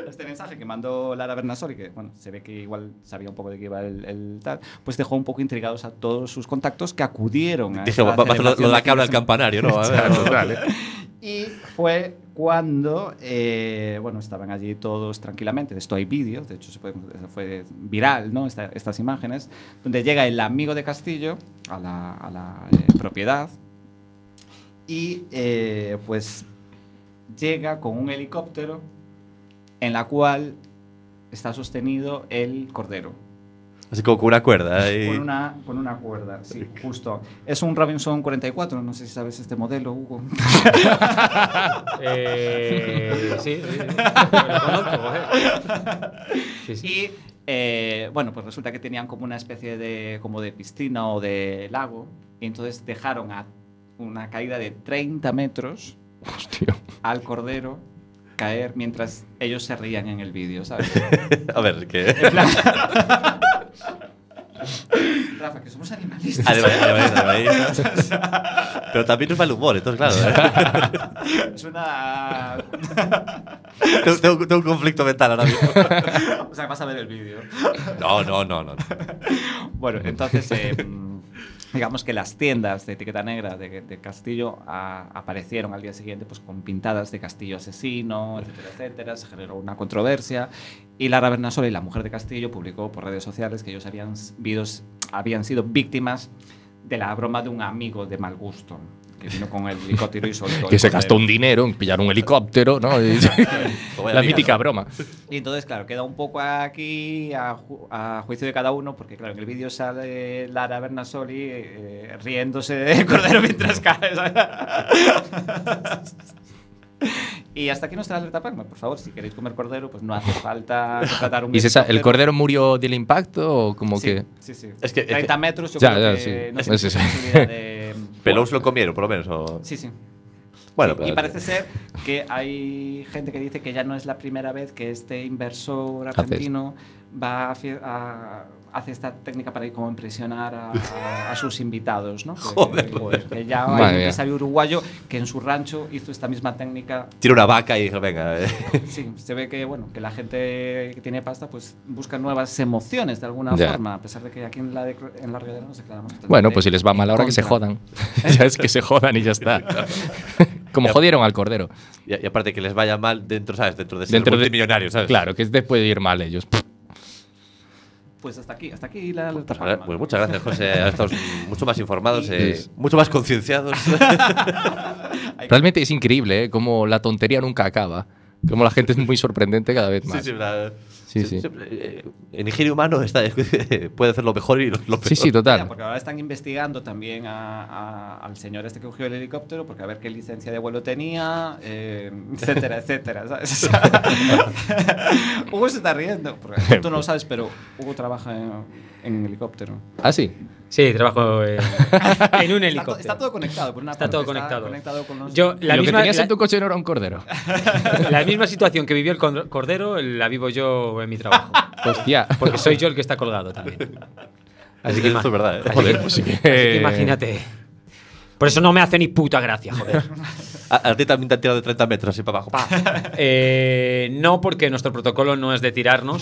S4: este mensaje que mandó Lara Bernasoli, que bueno, se ve que igual sabía un poco de qué iba el, el tal, pues dejó un poco intrigados a todos sus contactos que acudieron a
S2: Dije,
S4: esta
S2: va, va a hacer lo, lo
S4: celebración
S2: de la
S4: de
S2: cabra al
S4: fiesta.
S2: campanario, ¿no? A ver,
S4: Y fue cuando, eh, bueno, estaban allí todos tranquilamente. De esto hay vídeos, de hecho se puede- fue viral, ¿no? Esta- estas imágenes, donde llega el amigo de Castillo a la, a la, eh, propiedad y eh, pues llega con un helicóptero en la cual está sostenido el cordero.
S2: Así como con una cuerda. Y...
S4: Con una, con una cuerda, sí, justo. Es un Robinson 44, no sé si sabes este modelo, Hugo.
S6: Eh, sí, sí, sí. Lo conozco, eh. Sí, sí.
S4: Y eh, bueno, pues resulta que tenían como una especie de, como de piscina o de lago. Y entonces dejaron a una caída de 30 metros
S5: Hostia.
S4: al cordero caer mientras ellos se reían en el vídeo, ¿sabes?
S2: A ver, que.
S4: Rafa, que somos animalistas.
S2: Además, además, además. Pero también nos va el humor, entonces, claro. ¿eh?
S4: Es una...
S2: Tengo, tengo- tengo un conflicto mental ahora mismo.
S4: o sea, vas a ver el vídeo.
S2: No, no, no, no. no.
S4: Bueno, entonces, eh, mm, digamos que las tiendas de etiqueta negra de, de Castillo a- aparecieron al día siguiente pues, con pintadas de Castillo asesino, etcétera, etcétera. Se generó una controversia. Y Lara Bernasoli, la mujer de Castillo, publicó por redes sociales que ellos habían, s- vidos- habían sido víctimas de la broma de un amigo de mal gusto que vino con el helicóptero y soltó.
S5: Que
S4: el
S5: se gastó
S4: cordero.
S5: un dinero en pillar un helicóptero, ¿no? Y-
S2: Como vaya
S5: la
S2: amigas.
S5: mítica broma.
S4: Y entonces, claro, queda un poco aquí a, ju- a juicio de cada uno, porque claro, en el vídeo sale Lara Bernasoli eh, riéndose del cordero mientras cae. ¿sabes? y hasta aquí nuestra alerta Palma. Por favor, si queréis comer cordero, pues no hace falta contratar un
S5: ¿Y se sa- el
S4: helicóptero.
S5: cordero murió del impacto o como
S4: Sí,
S5: que.?
S4: sí, sí.
S2: Es que- es
S4: 30 metros, yo
S5: Ya,
S4: creo
S5: ya,
S4: que
S5: sí.
S4: no
S5: Es-
S4: sé
S5: es-
S4: si hay posibilidad de-
S2: Pelous lo comieron, por lo menos. o-
S4: Sí, sí.
S2: Bueno, pues,
S4: Sí,
S2: pero-
S4: y parece ser que hay gente que dice que ya no es la primera vez que este inversor
S5: Hace
S4: argentino va a, fie- a- hace esta técnica para ir como a impresionar a, a- a sus invitados, ¿no? Que-
S2: Joder.
S4: Que, pues, que ya hay
S5: Madre
S4: un
S5: mía.
S4: empresario uruguayo que en su rancho hizo esta misma técnica.
S2: Tira una vaca y dije, venga. eh.
S4: Sí, se ve que bueno, que la gente que tiene pasta pues busca nuevas emociones de alguna
S5: Ya.
S4: forma, a pesar de que aquí en la, de- en la Ribera nos declaramos totalmente
S5: Bueno, pues si les va mal
S4: en
S5: ahora que se
S4: contra.
S5: jodan. ya es que se jodan y ya está. Como jodieron al cordero.
S2: Y, y aparte que les vaya mal dentro, ¿sabes? Dentro de ser
S5: Dentro de-
S2: multimillonarios, ¿sabes?
S5: Claro, que te puede ir mal ellos.
S4: Pues hasta aquí, hasta aquí la alerta
S2: Pues, vale,
S4: Palma.
S2: pues muchas gracias, José. Ahora Estamos mucho más informados,
S4: Y-
S2: eh, mucho más concienciados.
S5: Realmente es increíble ¿eh? cómo la tontería nunca acaba. Como la gente es muy sorprendente cada vez
S2: sí,
S5: más.
S2: sí, la-
S5: Sí,
S2: se-
S5: sí.
S2: se- eh, el ingenio humano está, puede hacer lo mejor y lo, lo peor.
S5: Sí, sí,
S4: Ya,
S5: total.
S4: porque ahora están investigando también a- a- al señor este que cogió el helicóptero, porque a ver qué licencia de vuelo tenía, eh, etcétera, etcétera. ¿sabes? O sea, Hugo se está riendo, porque tú no lo sabes, pero Hugo trabaja en, en helicóptero.
S5: Ah, sí.
S3: Sí, trabajo en, en un
S4: Está, to-
S3: helicóptero.
S4: está todo conectado, por una
S3: Está
S4: parte,
S3: todo conectado.
S4: con los-
S3: Yo,
S5: Y
S3: la
S5: lo que
S3: misma,
S5: tenías
S3: la-
S5: en tu coche no era un cordero.
S3: la misma situación que vivió el cor- cordero la vivo yo en mi trabajo.
S5: Hostia.
S3: Porque soy yo el que está colgado también.
S2: Así que esto es verdad. eh.
S5: Joder, pues sí que-
S3: Así que imagínate. Por eso no me hace ni puta gracia, joder.
S2: A, a ti también te han tirado de 30 metros así para abajo.
S3: Eh, no, porque nuestro protocolo no es de tirarnos.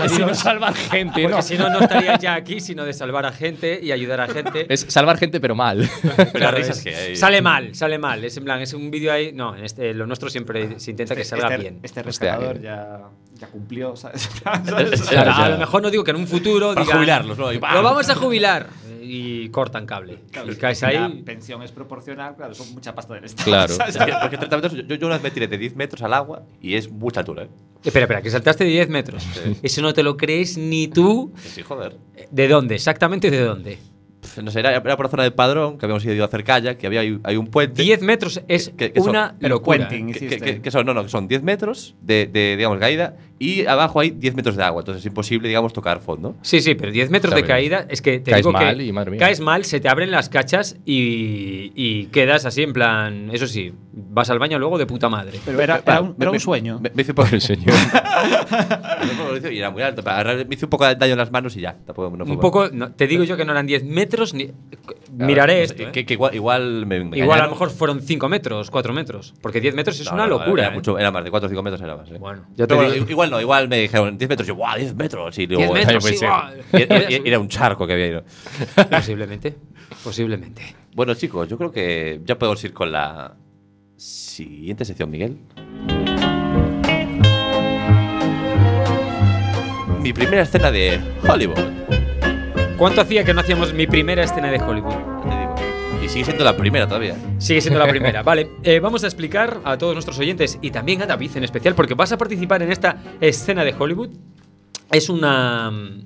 S3: a
S8: Si no
S3: Dios.
S8: salvar gente,
S3: Porque
S8: ¿no?
S3: si no, no estaría ya aquí, sino de salvar a gente y ayudar a gente.
S5: Es salvar gente, pero mal.
S2: Pero las
S3: Claro,
S2: risas
S3: es-
S2: que hay.
S3: Sale mal, sale mal. Es en plan, es un vídeo ahí. No, en este, lo nuestro siempre se intenta que salga
S4: este,
S3: bien.
S4: Este
S5: Hostia,
S4: rescatador
S5: que-
S4: ya, ya cumplió, ¿sabes?
S3: Claro,
S5: Claro,
S3: a
S5: ya.
S3: lo mejor no digo que en un futuro
S2: Para
S3: digan,
S2: jubilarlos, ¿no? Y ¡pam!
S3: Lo vamos a jubilar. Y cortan cable.
S4: Claro,
S3: y caes
S4: si
S3: ahí.
S4: La pensión es proporcional, claro, son mucha pasta del Estado.
S5: Claro.
S4: ¿sabes?
S2: Es que- porque 30 metros, yo, yo una vez me tiré de 10 metros al agua y es mucha altura, ¿eh?
S3: Espera, espera, que saltaste de 10 metros. Eso no te lo crees ni tú.
S2: Sí, joder.
S3: ¿De dónde? Exactamente de dónde.
S2: Pff, No sé, era, era por la zona del padrón, que habíamos ido a hacer kayak, que había hay, hay un puente.
S3: 10 metros es
S2: que- que son-
S3: una
S4: pero
S3: locura.
S4: cuenten.
S2: que, que-
S4: hiciste?
S2: que- que son, no, no, que son 10 metros de, de, digamos, caída y abajo hay 10 metros de agua, entonces es imposible, digamos, tocar fondo.
S3: Sí, sí, pero 10 metros de
S5: Está bien.
S3: caída es que te
S5: Caes
S3: digo que
S5: mal y madre mía.
S3: caes mal, se te abren las cachas y, y quedas así en plan, eso sí, vas al baño luego de puta madre.
S4: Pero era,
S2: Va,
S4: era un,
S2: me-
S4: era un
S2: me-
S4: sueño.
S2: Me, me hice por el señor. y era muy alto, pero ahora me hice un poco de daño en las manos y ya. Tampoco, no fue
S3: Un
S2: mal.
S3: poco, no, te digo yo que no eran 10 metros, ni,
S5: Claro,
S3: miraré
S2: No sé,
S3: esto. ¿eh?
S2: que, que igual, igual me, me
S3: Igual a
S2: engañaron.
S3: lo mejor fueron 5 metros, 4 metros, porque 10 metros es
S2: No,
S3: una
S2: no, no,
S3: locura.
S2: Era,
S3: ¿eh?
S2: mucho, era más de 4 o 5 metros, era más. ¿eh?
S3: Bueno,
S2: Pero
S3: ya te
S2: bueno,
S3: digo-
S2: i- igual no, igual me dijeron 10 metros. Yo, ¡guau! 10 metros. Y digo,
S3: 10
S2: bueno,
S3: metros,
S5: puede
S3: sí,
S5: ser.
S3: guau.
S2: y- y- y- era un charco que había ido.
S3: Posiblemente, posiblemente.
S2: Bueno, chicos, yo creo que ya podemos ir con la siguiente sección, Miguel. Mi primera escena de Hollywood.
S3: ¿Cuánto hacía que no hacíamos mi primera escena de Hollywood?
S2: ya te digo. Y sigue siendo la primera todavía.
S3: Sigue siendo la primera. Vale, eh, vamos a explicar a todos nuestros oyentes y también a David en especial, porque vas a participar en esta escena de Hollywood. Es una. mm,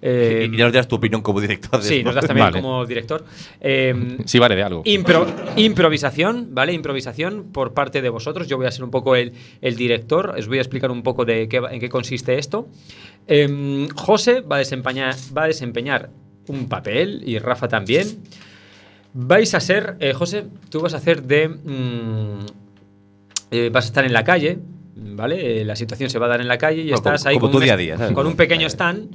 S3: eh,
S2: y, y ya nos das tu opinión como director. de
S3: sí,
S2: esto.
S3: nos das también
S5: Vale.
S3: como director. Eh,
S5: Sí, vale, de algo.
S3: Impro- improvisación, ¿vale? Improvisación por parte de vosotros. Yo voy a ser un poco el, el director. Os voy a explicar un poco de qué, va- en qué consiste esto. Em, José va a, desempeñar, va a desempeñar un papel y Rafa también. Vais a ser, eh, José, tú vas a hacer de... mm, eh, vas a estar en la calle, ¿vale? Eh, la situación se va a dar en la calle y
S2: Bueno,
S3: estás
S2: como-
S3: ahí
S2: como
S3: con,
S2: tu
S3: un,
S2: día a día, ¿sabes?
S3: con un
S2: Vale.
S3: pequeño stand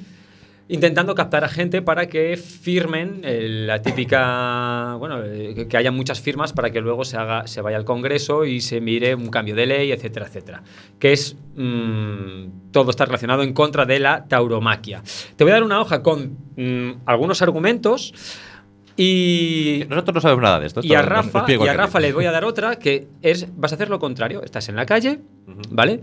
S3: intentando captar a gente para que firmen eh, la típica, bueno, eh, que- que haya muchas firmas para que luego se haga, se vaya al Congreso y se mire un cambio de ley, etcétera, etcétera. Que es mm, todo está relacionado en contra de la tauromaquia. Te voy a dar una hoja con mm, algunos argumentos y
S2: Nosotros no sabemos nada de esto.
S3: y
S2: esto
S3: a
S2: nos- nos
S3: Rafa,
S2: pide
S3: y a
S2: cualquier
S3: Rafa
S2: día.
S3: le voy a dar otra que es, vas a hacer lo contrario. Estás en la calle, ¿vale?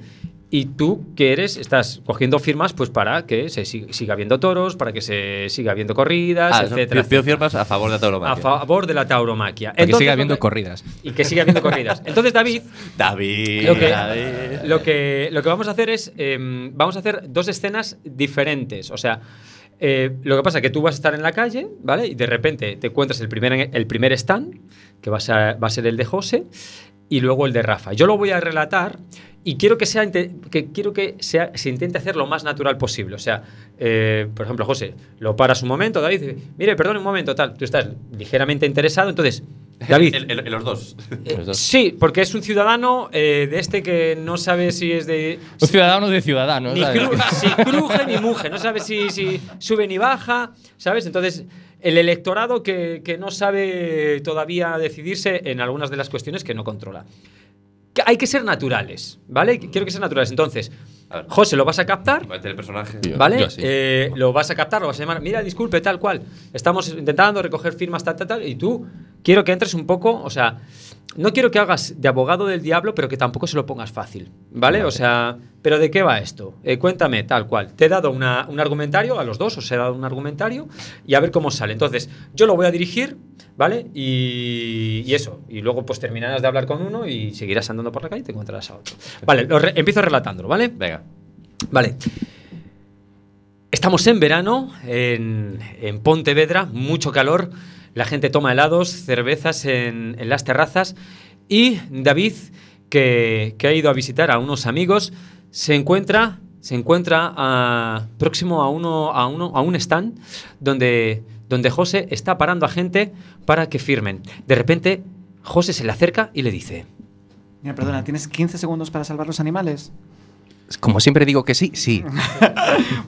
S3: Y tú que eres, estás cogiendo firmas pues para que se sig- siga viendo toros, para que se siga viendo corridas,
S2: Ah, eso,
S3: etcétera.
S2: pido- pido firmas a favor de la
S3: A
S2: tauromaquia.
S3: favor de la tauromaquia.
S5: Para que
S3: Entonces,
S5: siga habiendo
S3: ¿dónde-
S5: corridas.
S3: y que siga habiendo corridas. Entonces, David,
S2: David,
S3: lo que,
S2: David.
S3: lo que, lo que vamos a hacer es, em, vamos a hacer dos escenas diferentes. O sea, eh, lo que pasa es que tú vas a estar en la calle, ¿vale? Y de repente te encuentras el primer, el primer stand, que va a, ser, va a ser el de José, y luego el de Rafa. Yo lo voy a relatar y quiero que, sea, inte- que, quiero que sea, se intente hacer lo más natural posible. O sea, eh, por ejemplo, José, lo paras un momento, David, dice, mire, perdón un momento, tal. Tú estás ligeramente interesado, entonces, David...
S2: El- el- los dos.
S3: Eh,
S5: Los dos.
S3: sí, porque es un ciudadano eh, de este que no sabe si es de.
S5: Un ciudadano de ciudadanos.
S3: Ni
S5: ¿sabes?
S3: cru- si cruje ni muge, no sabe si, si sube ni baja, ¿sabes? Entonces, el electorado que, que no sabe todavía decidirse en algunas de las cuestiones que no controla. Que hay que ser naturales, ¿vale? Quiero que sean naturales. Entonces,
S2: A ver.
S3: José, lo vas a captar.
S2: Voy a meter el personaje.
S3: ¿Vale?
S5: yo sí.
S3: Eh, lo vas a captar, lo vas a llamar. Mira, disculpe, tal cual. Estamos intentando recoger firmas, tal, tal, tal. Y tú quiero que entres un poco, o sea, no quiero que hagas de abogado del diablo, pero que tampoco se lo pongas fácil. ¿Vale? O sea, ¿pero de qué va esto? Eh, cuéntame, tal cual. Te he dado una- un argumentario a los dos, os he dado un argumentario y a ver cómo sale. Entonces, yo lo voy a dirigir, ¿vale? Y, y eso. Y luego, pues terminarás de hablar con uno y seguirás andando por la calle y te encontrarás a otro. Vale, lo re- empiezo relatándolo, ¿vale?
S2: Venga.
S3: Vale. Estamos en verano, en, en Pontevedra, mucho calor, la gente toma helados, cervezas en, en las terrazas y David, que, que ha ido a visitar a unos amigos, se encuentra, se encuentra a- próximo a, uno, a, uno, a un stand donde, donde José está parando a gente para que firmen. De repente, José se le acerca y le dice...
S4: Mira, perdona, ¿tienes 15 segundos para salvar los animales?
S5: Como siempre digo que sí, sí.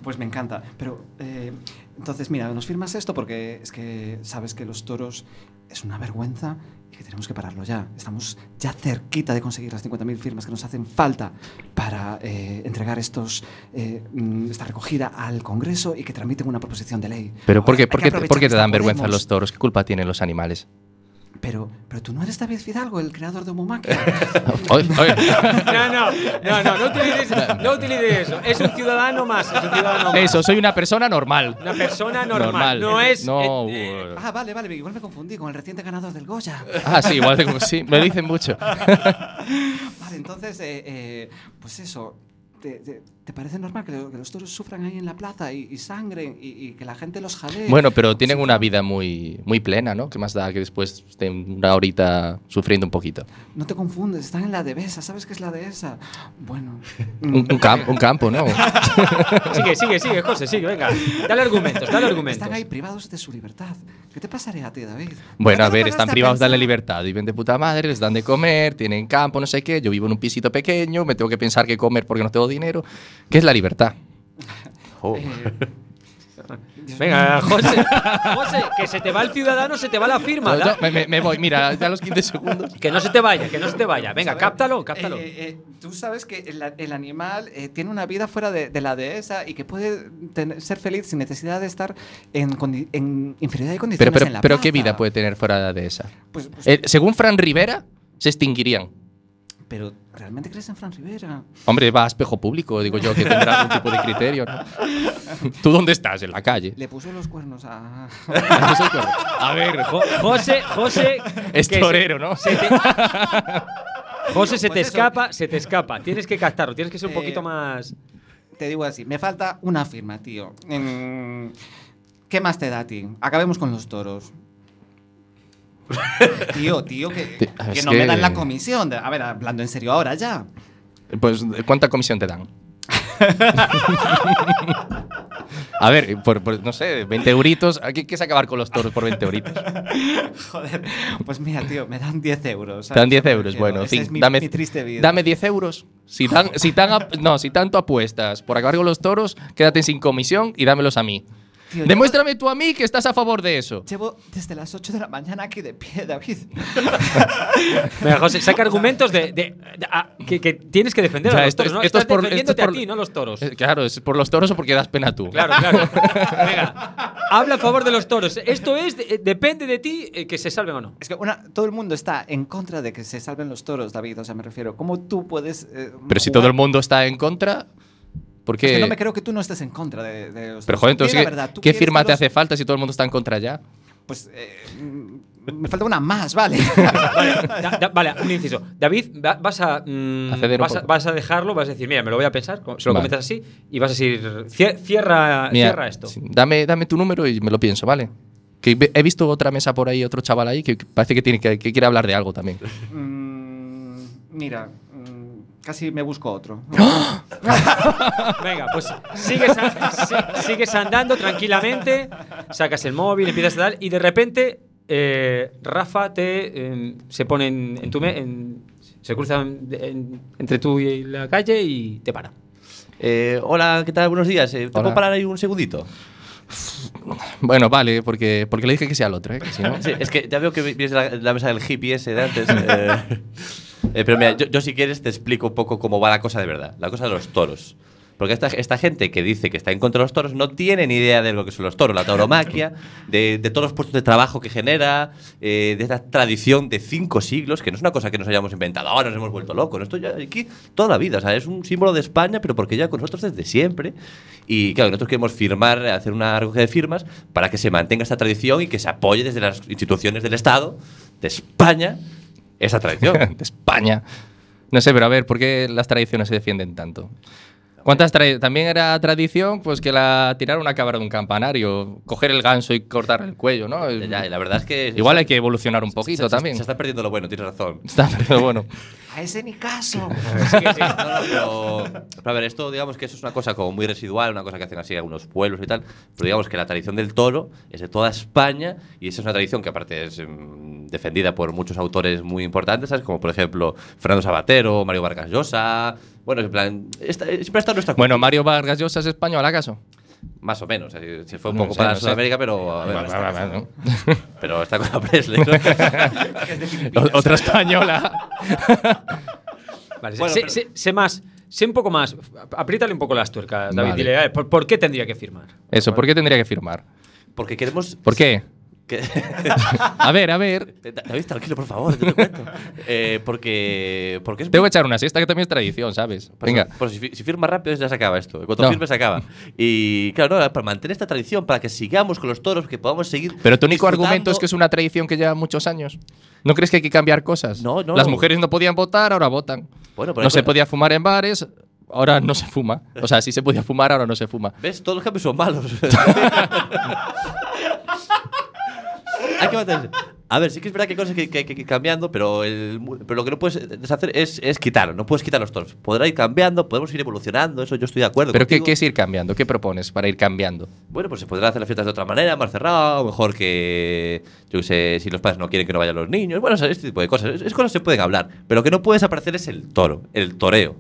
S4: Pues me encanta. Pero eh, entonces, mira, nos firmas esto porque es que sabes que los toros es una vergüenza y que tenemos que pararlo ya. Estamos ya cerquita de conseguir las 50.000 firmas que nos hacen falta para eh, entregar estos, eh, mm, esta recogida al Congreso y que tramiten una proposición de ley.
S5: Pero ¿por qué,
S4: Ahora, hay que
S5: por qué-
S4: aprovechar
S5: por qué
S4: que
S5: te
S4: está
S5: dan vergüenza
S4: Podemos.
S5: los toros? ¿Qué culpa tienen los animales?
S4: Pero, pero tú no eres David Fidalgo, el creador de Humomaquia.
S5: Oye, oye.
S3: No, no, no, no, no utilices, no utilices eso. Es un ciudadano más. Es un ciudadano más.
S5: Eso, soy una persona normal.
S3: Una persona normal. No es.
S5: No,
S3: eh,
S5: uh,
S4: ah, vale, vale, igual me confundí con el reciente ganador del Goya.
S5: Ah, sí, igual de como sí, me dicen mucho.
S4: Vale, entonces, eh, eh, pues eso. ¿Te, te, te parece normal que, lo- que los toros sufran ahí en la plaza y, y sangren y, y que la gente los jalee?
S5: Bueno, pero tienen una vida muy, muy plena, ¿no? Que más da que después estén una horita sufriendo un poquito.
S4: No te confundes, están en la dehesa. ¿Sabes qué es la dehesa? Bueno.
S3: Mm.
S5: Un, un cam- un campo, ¿no?
S3: Sigue, sigue, sigue, José, sigue, venga. Dale argumentos, dale argumentos.
S4: Están ahí privados de su libertad. ¿Qué te pasaría a ti, David?
S5: Bueno, a ver,
S4: ¿Te
S5: están
S4: paraste a
S5: privados de la
S4: pensar?
S5: libertad. Viven de puta madre, les dan de comer, tienen campo, no sé qué. Yo vivo en un pisito pequeño, me tengo que pensar qué comer porque no tengo dinero. ¿Qué es la libertad?
S2: Oh.
S4: Eh, Dios
S3: Venga, José, José, que se te va el ciudadano, se te va la firma.
S5: Yo-
S3: da-
S5: yo me, me- me voy, mira, ya a los 15 segundos.
S3: Que no se te vaya, que no se te vaya. Venga, cáptalo, cáptalo.
S4: Eh, eh, tú sabes que el, el animal eh, tiene una vida fuera de, de la dehesa y que puede tener- ser feliz sin necesidad de estar en, condi- en inferioridad de condiciones.
S5: Pero, pero,
S4: en la
S5: pero ¿qué
S4: plaza.
S5: vida puede tener fuera de esa?
S4: Pues- pues-
S5: Eh, según Fran Rivera, se extinguirían.
S4: pero ¿realmente crees en Fran Rivera?
S5: Hombre, va a espejo público, digo yo, que tendrá algún tipo de criterio. ¿no? ¿Tú dónde estás? En la calle.
S4: Le puso los cuernos a.
S5: a ver,
S3: Jo- José, José.
S5: es
S3: que se-
S5: torero, ¿no?
S3: José, se te
S4: Pues eso.
S3: escapa, se te escapa. Tienes que captarlo, tienes que ser un
S4: Eh,
S3: poquito más.
S4: Te digo así, me falta una firma, tío. Mm, ¿Qué más te da a ti? Acabemos con los toros. tío, tío, que,
S5: Ti-
S4: que
S5: es
S4: no me
S5: que-
S4: dan la comisión. A ver, hablando en serio ahora ya.
S5: Pues, ¿cuánta comisión te dan? A ver, por, por, no sé, 20 euritos. Aquí quieres acabar con los toros por 20 euritos.
S4: Joder, pues mira, tío, me dan 10 euros.
S5: Te dan 10
S4: ¿sabes? Yo
S5: euros.
S4: prefiero.
S5: Bueno,
S4: Esa
S5: sí,
S4: es mi,
S5: dame,
S4: mi triste vida.
S5: dame 10 euros. Si, tan, si, tan, ap- no, si tanto apuestas por acabar con los toros, quédate sin comisión y dámelos a mí.
S4: Tío,
S5: Demuéstrame tú a mí que estás a favor de eso.
S4: Llevo desde las 8 de la mañana aquí de pie, David.
S3: Venga, José, saca argumentos de, de- de- a- que, que tienes que defender
S5: O sea,
S3: a los
S5: esto-
S3: toros. ¿no?
S5: esto es
S3: Estás
S5: por-
S3: defendiéndote
S5: esto es por-
S3: a ti, no a los toros.
S4: Pues
S5: Eh, Claro, es por los toros o porque das pena tú.
S3: Claro, claro. Venga, habla a favor de los toros. Esto es, de- depende de ti eh, que se salven o no.
S4: Es que una, todo el mundo está en contra de que se salven los toros, David. O sea, me refiero, ¿cómo tú puedes. eh,
S5: Pero si
S4: jugar-
S5: todo el mundo está en contra, ¿por qué?
S4: Es que no me creo que tú no estés en contra de, de los
S5: Pero
S4: toros.
S5: joder,
S4: Di
S5: entonces,
S4: la
S5: ¿qué,
S4: verdad, ¿tú
S5: qué
S4: quieres
S5: firma
S4: que
S5: te
S4: los-
S5: hace falta si todo el mundo está en contra ya?
S4: Pues eh, mm, me falta una más, vale.
S3: Da- da- vale, un inciso. David, va- vas a, mm,
S5: A ceder un
S3: vas, a,
S5: poco.
S3: vas a dejarlo, vas a decir, mira, me lo voy a pensar, co- se lo
S5: Vale.
S3: comentas así y vas a decir, "Cie- cierra,
S4: Ah,
S5: Mira,
S3: cierra esto.
S5: sí, Dame, dame tu número y me lo pienso, ¿vale? Que ve- he visto otra mesa por ahí, otro chaval ahí, que que parece que, tiene, que, que quiere hablar de algo también.
S4: Mm, mira, mm, casi me busco otro.
S3: Venga, pues sigues, a- si- sigues andando tranquilamente, sacas el móvil, empiezas a dar y de repente eh, Rafa te eh, se pone en, en tu me- en- se cruza en- en- entre tú y la calle y te para.
S2: Eh, hola, ¿qué tal? Buenos días. Eh, ¿Te
S5: Hola.
S2: puedo parar ahí un segundito?
S5: Bueno, vale, porque, porque le dije que sea al otro, ¿eh? Que si no-
S2: Sí, es que ya veo que vi- vienes de la, de la mesa del hippie ese de antes. eh. Eh, pero mira, yo, yo si quieres te explico un poco cómo va la cosa de verdad, la cosa de los toros. Porque esta, esta gente que dice que está en contra de los toros no tiene ni idea de lo que son los toros, la tauromaquia, de, de todos los puestos de trabajo que genera, eh, de esta tradición de cinco siglos, que no es una cosa que nos hayamos inventado, ahora nos hemos vuelto locos. Esto ya aquí toda la vida, o sea, es un símbolo de España, pero porque ya con nosotros desde siempre. Y claro, nosotros queremos firmar, hacer una recogida de firmas para que se mantenga esta tradición y que se apoye desde las instituciones del Estado, de España, esa tradición.
S5: de España. No sé, pero a ver, ¿por qué las tradiciones se defienden tanto? ¿Cuántas tra- También era tradición pues que la tirar una cabra de un campanario, coger el ganso y cortar el cuello, ¿no?
S2: Ya, y la verdad es que.
S5: Igual hay que evolucionar un
S2: se-
S5: poquito
S2: se-
S5: también.
S2: Se está perdiendo lo bueno, tienes razón.
S5: Está, pero bueno.
S4: ¡A ese ni caso!
S2: Pero, pero a ver, esto digamos que eso es una cosa como muy residual, una cosa que hacen así algunos pueblos y tal, pero digamos que la tradición del toro es de toda España y esa es una tradición que aparte es mm, defendida por muchos autores muy importantes, ¿sabes? Como por ejemplo Fernando Sabatero, Mario Vargas Llosa, bueno, en plan, esta- siempre está nuestra
S5: Bueno, Mario Vargas Llosa es español, ¿acaso?
S2: más o menos, eh, se fue un
S5: No
S2: poco
S5: sé,
S2: para
S5: no sé.
S2: Sudamérica, pero a ver,
S5: Vale, vale, vale, ¿no?
S2: pero está con la Presley. ¿no?
S5: O- Otra española.
S3: Vale,
S2: Bueno,
S3: sé,
S2: pero-
S3: sé- sé más, sé un poco más. Apriétale un poco las tuercas, David.
S5: Vale.
S3: Dile, "Ah, ¿por, por qué tendría que firmar?
S5: Eso, ¿por qué tendría que firmar?
S2: Porque queremos
S5: ¿Por qué?
S2: que-
S5: A ver, a ver.
S2: Eh, Da- David, tranquilo, por favor, yo te cuento. Eh, porque, porque es
S5: Tengo que
S2: muy-
S5: echar una siesta que también es tradición, ¿sabes?
S2: por eso-
S5: Venga.
S2: por eso, si, fi- si firma rápido, ya se acaba esto. En cuanto
S5: No.
S2: firme, se acaba. Y claro, no, para mantener esta tradición, para que sigamos con los toros, que podamos seguir.
S5: Pero tu único
S2: disfrutando-
S5: argumento es que es una tradición que lleva muchos años. ¿No crees que hay que cambiar cosas?
S2: No, no.
S5: Las mujeres no podían votar, ahora votan.
S2: Bueno, pero
S5: no
S2: hay
S5: se
S2: cosas-
S5: podía fumar en bares, ahora no se fuma. O sea, sí se podía fumar, ahora no se fuma.
S2: ¿Ves? Todos los cambios son malos. Hay que mantenerse. A ver, sí que es verdad que hay cosas que, que hay que ir cambiando, pero, el, mu- pero lo que no puedes deshacer es, es quitarlo. No puedes quitar los toros. Podrá ir cambiando, podemos ir evolucionando, eso yo estoy de acuerdo.
S5: ¿Pero qué,
S2: contigo.
S5: qué es ir cambiando? ¿Qué propones para ir cambiando?
S2: Bueno, pues se podrán hacer las fiestas de otra manera, más cerrada, o mejor que, yo qué sé, si los padres no quieren que no vayan los niños. Bueno, o sea, este tipo de cosas. Es, es cosas que se pueden hablar, pero lo que no puede desaparecer es el toro, el toreo,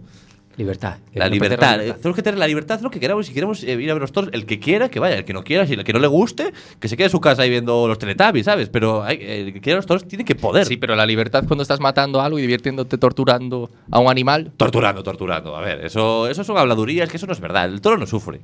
S9: Libertad.
S2: la libertad. Eh, Tenemos que tener la libertad, hacer lo que queramos. Si queremos eh, ir a ver los toros, el que quiera, que vaya, el que no quiera, si el que no le guste, que se quede en su casa ahí viendo los teletubbies, ¿sabes? Pero hay- el que quiera los toros tiene que poder.
S5: Sí, pero la libertad cuando estás matando algo y divirtiéndote torturando a un animal.
S2: Torturando, torturando. A ver, eso, eso son habladurías, que eso no es verdad. El toro no sufre.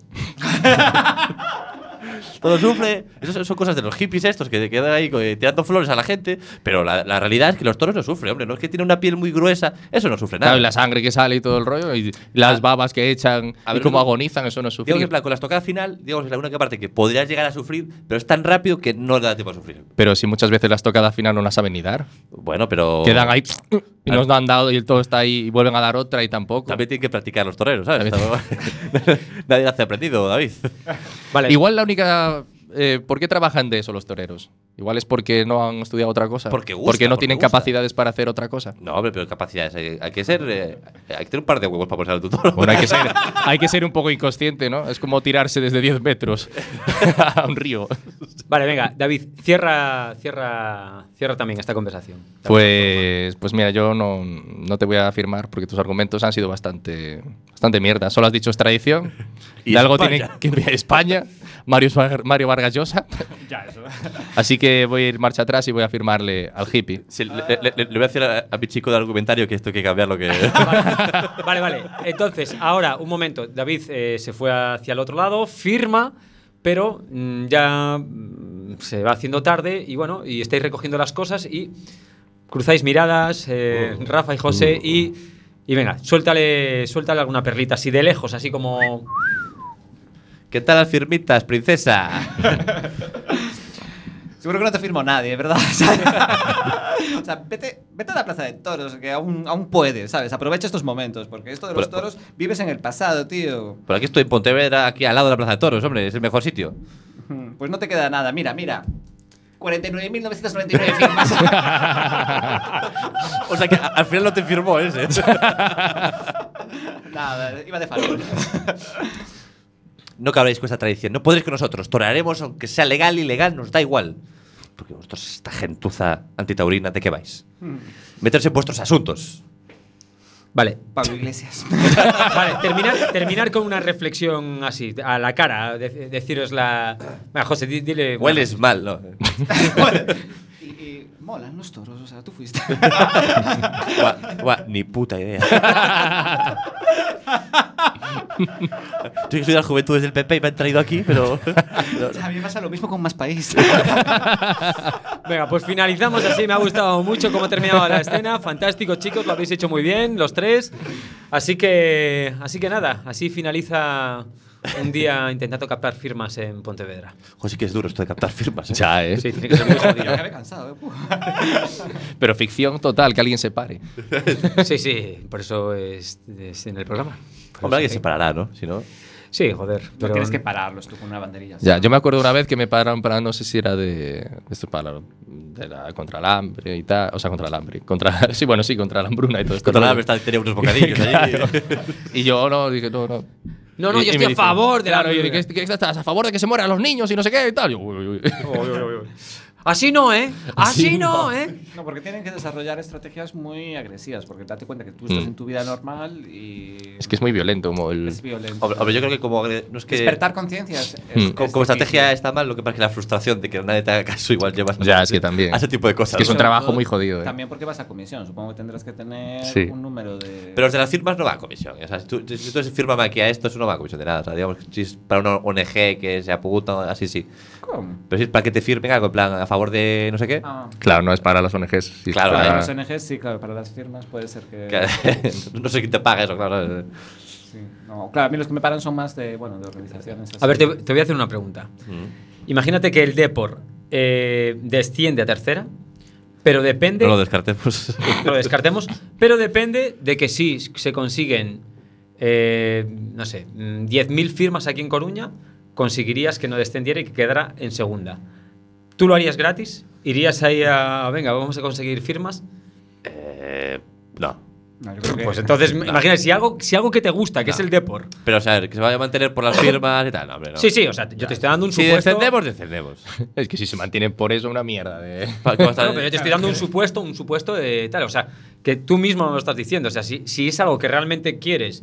S2: Todo sufre. Eso son- son cosas de los hippies estos que quedan ahí co- eh, tirando flores a la gente. Pero la, la realidad es que los toros no sufren, hombre. No es que tiene una piel muy gruesa. Eso no sufre nada. Ah.
S5: Claro, y la sangre que sale y todo el rollo, y las babas que echan
S2: a
S5: y
S2: ver,
S5: cómo
S2: no-
S5: agonizan, eso no es
S2: Digamos que en
S5: sufrir.
S2: plan, con la estocada final, digamos en la única parte que podrías llegar a sufrir, pero es tan rápido que no da tiempo a sufrir.
S5: Pero si muchas veces las tocadas al final no las saben ni dar.
S2: Bueno, pero.
S5: Quedan ahí y nos han dado y todo está ahí y vuelven a dar otra y tampoco.
S2: También tienen que practicar los toreros, ¿sabes?
S5: También-
S2: Nadie lo hace aprendido, David.
S3: Vale,
S5: Igual la única. eh, ¿Por qué trabajan de eso los toreros? Igual es porque no han estudiado otra cosa.
S2: Porque gusta,
S5: Porque no
S2: porque
S5: tienen
S2: gusta.
S5: capacidades para hacer otra cosa.
S2: No, hombre, pero capacidades. Hay, hay que ser. eh, hay que tener un par de huevos para ponerse al tutor.
S5: Bueno, hay que, ser, hay que ser un poco inconsciente, ¿no? Es como tirarse desde 10 metros a un río.
S3: vale, venga, David, cierra, cierra, cierra también esta conversación.
S5: Pues, pues mira, yo no, no te voy a afirmar porque tus argumentos han sido bastante, bastante mierda. Solo has dicho es tradición.
S2: Y
S5: Y de algo
S2: España.
S5: tiene que enviar España, Mario, Var- Mario Vargas Llosa.
S4: ya, eso.
S5: Así que voy a ir marcha atrás y voy a firmarle al hippie.
S2: Sí, le, le- le- le voy a decir a, a mi chico de argumentario que esto hay que cambiar lo que.
S3: Vale, vale. Entonces, ahora, un momento. David eh, se fue hacia el otro lado, firma, pero mm, ya mm, se va haciendo tarde y bueno, y estáis recogiendo las cosas y cruzáis miradas, eh, Rafa y José, y, y venga, suéltale, suéltale alguna perlita, así de lejos, así como...
S2: ¿Qué tal las firmitas, princesa?
S4: Seguro que no te firmó nadie, ¿verdad? O sea, o sea, vete, vete a la plaza de toros, que aún, aún puedes, ¿sabes? Aprovecha estos momentos, porque esto de los
S2: Pero-
S4: toros vives en el pasado, tío.
S2: Por aquí estoy en Pontevedra, aquí al lado de la Plaza de Toros, hombre, es el mejor sitio.
S4: Hmm, Pues no te queda nada. Mira, mira. 49.999 firmas.
S2: O sea que a- al final no te firmó ese.
S4: nada, iba de farol.
S2: No cabréis con esta tradición, no podréis con nosotros. Toraremos aunque sea legal, ilegal, nos da igual. Porque vosotros, esta gentuza antitaurina, ¿de qué vais? Meterse en vuestros asuntos.
S3: Vale,
S4: Pablo Iglesias.
S3: vale, terminar, terminar con una reflexión así, a la cara, de- deciros la... Venga, José, di- dile... una-
S2: Hueles mal, ¿no?
S4: y, y molan los toros, o sea, tú fuiste.
S2: Buah, buah, ni puta idea. Yo que soy de la juventud desde el PP y me han traído aquí, pero.
S4: O sea, a mí me pasa lo mismo con más país.
S3: Venga, pues finalizamos así. Me ha gustado mucho cómo ha terminado la escena. Fantástico, chicos, lo habéis hecho muy bien, los tres. Así que, así que nada, así finaliza un día intentando captar firmas en Pontevedra.
S2: José, que es duro esto de captar firmas. ¿eh?
S5: Ya, ¿eh?
S3: Sí, tiene que ser muy jodido.
S4: Acabé cansado, eh. Puh.
S5: Pero ficción total, que alguien se pare.
S3: Sí, sí, por eso es, es en el programa. Por
S2: Hombre,
S3: eso-
S2: alguien se parará, ¿no? Si no.
S6: Sí, joder.
S4: No
S6: pero-
S4: tienes que pararlos tú con una banderilla.
S5: Ya, yo me acuerdo una vez que me pararon para, no sé si era de, de esto para, de la, contra el hambre y tal, o sea, contra el hambre, contra, sí, bueno, sí, contra la hambruna y todo esto.
S2: Contra la verdad tenía unos bocadillos allí.
S5: Y yo no, dije, no, no.
S6: No, no, yo
S5: Y- y
S6: estoy
S5: me
S6: a
S5: dicen,
S6: favor de la
S5: Claro, yo
S6: hambruna.
S5: dije, "Este-". ¿qué qué estás? ¿A favor de que se mueran los niños y no sé qué y tal? Yo, uy, uy, uy.
S6: Así no, ¿eh? Así,
S5: Así
S6: no,
S5: no.
S6: ¿eh?
S4: No, porque tienen que desarrollar estrategias muy agresivas, porque date cuenta que tú estás
S5: Mm.
S4: en tu vida normal y
S5: Es que es muy violento, como el...
S4: es violento.
S2: Hombre, hombre, yo creo que como agre- no es que
S4: Despertar conciencias. es-
S5: Mm.
S4: es
S2: co- como estrategia
S4: difícil.
S2: está mal, lo que pasa es que la frustración de que nadie te haga caso igual llevas
S5: Ya, es que también.
S2: a ese tipo de cosas.
S5: que es un
S4: Sobre
S5: trabajo
S4: todo,
S5: muy jodido, eh.
S4: También porque vas a comisión, supongo que tendrás que tener
S5: Sí.
S4: un número de...
S2: Pero los de las firmas no va a comisión. ¿eh? O sea, si tú, si tú firmas aquí a esto, eso no va a comisión de nada. O sea, digamos, si es para una ONG que se apunta, así sí.
S4: ¿Cómo?
S2: Pero si es para que te firmen algo, en plan, a favor de no sé qué.
S4: Ah,
S5: Claro, no es para las ONGs. sí es
S2: Claro,
S4: para
S2: ah.
S4: los ONGs sí, claro, para las firmas puede ser que...
S2: que- no sé quién te paga eso, claro.
S4: sí. No, claro, a mí los que me paran son más de, bueno, de organizaciones. así.
S3: A ver, te, te voy a hacer una pregunta. Imagínate que el Depor eh, desciende a tercera, pero depende.
S2: No lo descartemos.
S3: lo descartemos, pero depende de que si se consiguen, eh, no sé, mm, 10.000 firmas aquí en Coruña, conseguirías que no descendiera y que quedara en segunda. ¿Tú lo harías gratis? ¿Irías ahí a, venga, vamos a conseguir firmas?
S2: Eh, no.
S4: No, yo creo que-
S3: Pues entonces, imagínate, si algo, si algo que te gusta, que es el Depor.
S2: Pero, o sea, que se vaya a mantener por las firmas y tal. No, hombre, no.
S3: Sí, sí, o sea, yo te estoy dando un
S2: Si
S3: supuesto.
S2: descendemos, descendemos.
S5: Es que si se mantiene por eso una mierda de...
S2: Pa- ¿cómo está?
S3: Claro, pero yo te estoy dando un supuesto, un supuesto de tal, o sea, que tú mismo me lo estás diciendo, o sea, si, si es algo que realmente quieres,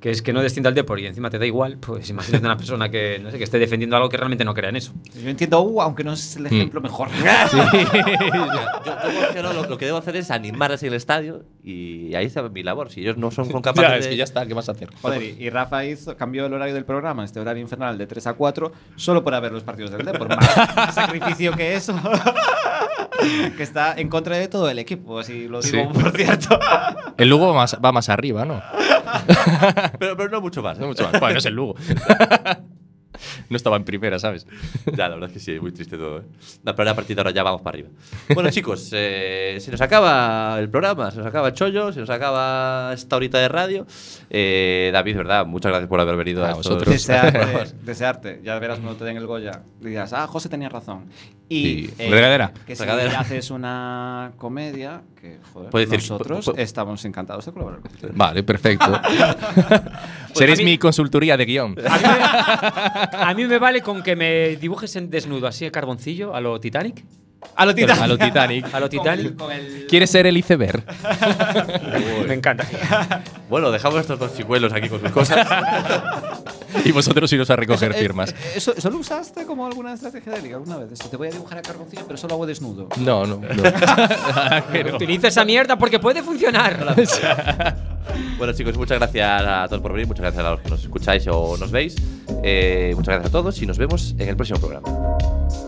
S3: que es que no descienda al deporte y encima te da igual, pues imagínate una persona que, no sé, que esté defendiendo algo que realmente no crea en eso.
S4: Yo entiendo, uh, aunque no
S5: Mm.
S4: es el ejemplo mejor.
S2: Yo- yo creo que no, lo, lo que debo hacer es animarles en el estadio y ahí está mi labor. Si ellos no son con capaces de...
S5: está, ¿qué vas a hacer?
S4: Joder, y, y Rafa hizo, cambió el horario del programa, este horario infernal de 3 a 4, solo para ver los partidos del Depor. Más sacrificio que eso. que está en contra de todo el equipo, así lo digo,
S5: Sí.
S4: por cierto.
S5: El Lugo más- va más arriba, ¿no?
S2: Pero, pero no mucho más. ¿eh?
S5: No mucho más. Bueno, es el Lugo. no estaba en primera, ¿sabes?
S2: Ya, la verdad es que sí, es muy triste todo. ¿eh? No, pero a partir de ahora ya vamos para arriba. Bueno, chicos, eh, se nos acaba el programa, se nos acaba Chollo, se nos acaba esta horita de radio. Eh, David, ¿verdad? Muchas gracias por haber venido
S5: A
S2: estos-
S5: vosotros.
S4: Desearte, desearte. Ya verás cuando te den el Goya. Dirás, ah, José tenía razón. Y. eh,
S5: Sí. Regadera.
S4: Que si
S2: Regadera.
S4: haces una comedia, que joder,
S2: Puedes decir,
S4: nosotros
S2: pu- pu-
S4: estamos encantados de colaborar contigo.
S5: Vale, perfecto. Seréis mi consultoría de guión.
S3: A mí me vale con que me dibujes en desnudo, así de carboncillo, a lo Titanic,
S4: A lo Titanic.
S5: A lo Titanic.
S3: a lo Titanic.
S4: Con el-
S5: ¿Quieres ser el iceberg?
S3: Me encanta.
S2: Bueno, dejamos estos dos chicuelos aquí con sus cosas.
S5: Y vosotros iros a recoger
S4: Eh,
S5: firmas.
S4: eh, eso, ¿Eso lo usaste como alguna estrategia de liga alguna vez? Esto, te voy a dibujar a carboncillo, pero solo hago desnudo.
S5: No, no, no.
S3: Utiliza esa mierda porque puede funcionar.
S2: bueno, chicos, muchas gracias a todos por venir, muchas gracias a los que nos escucháis o nos veis. Eh, muchas gracias a todos y nos vemos en el próximo programa.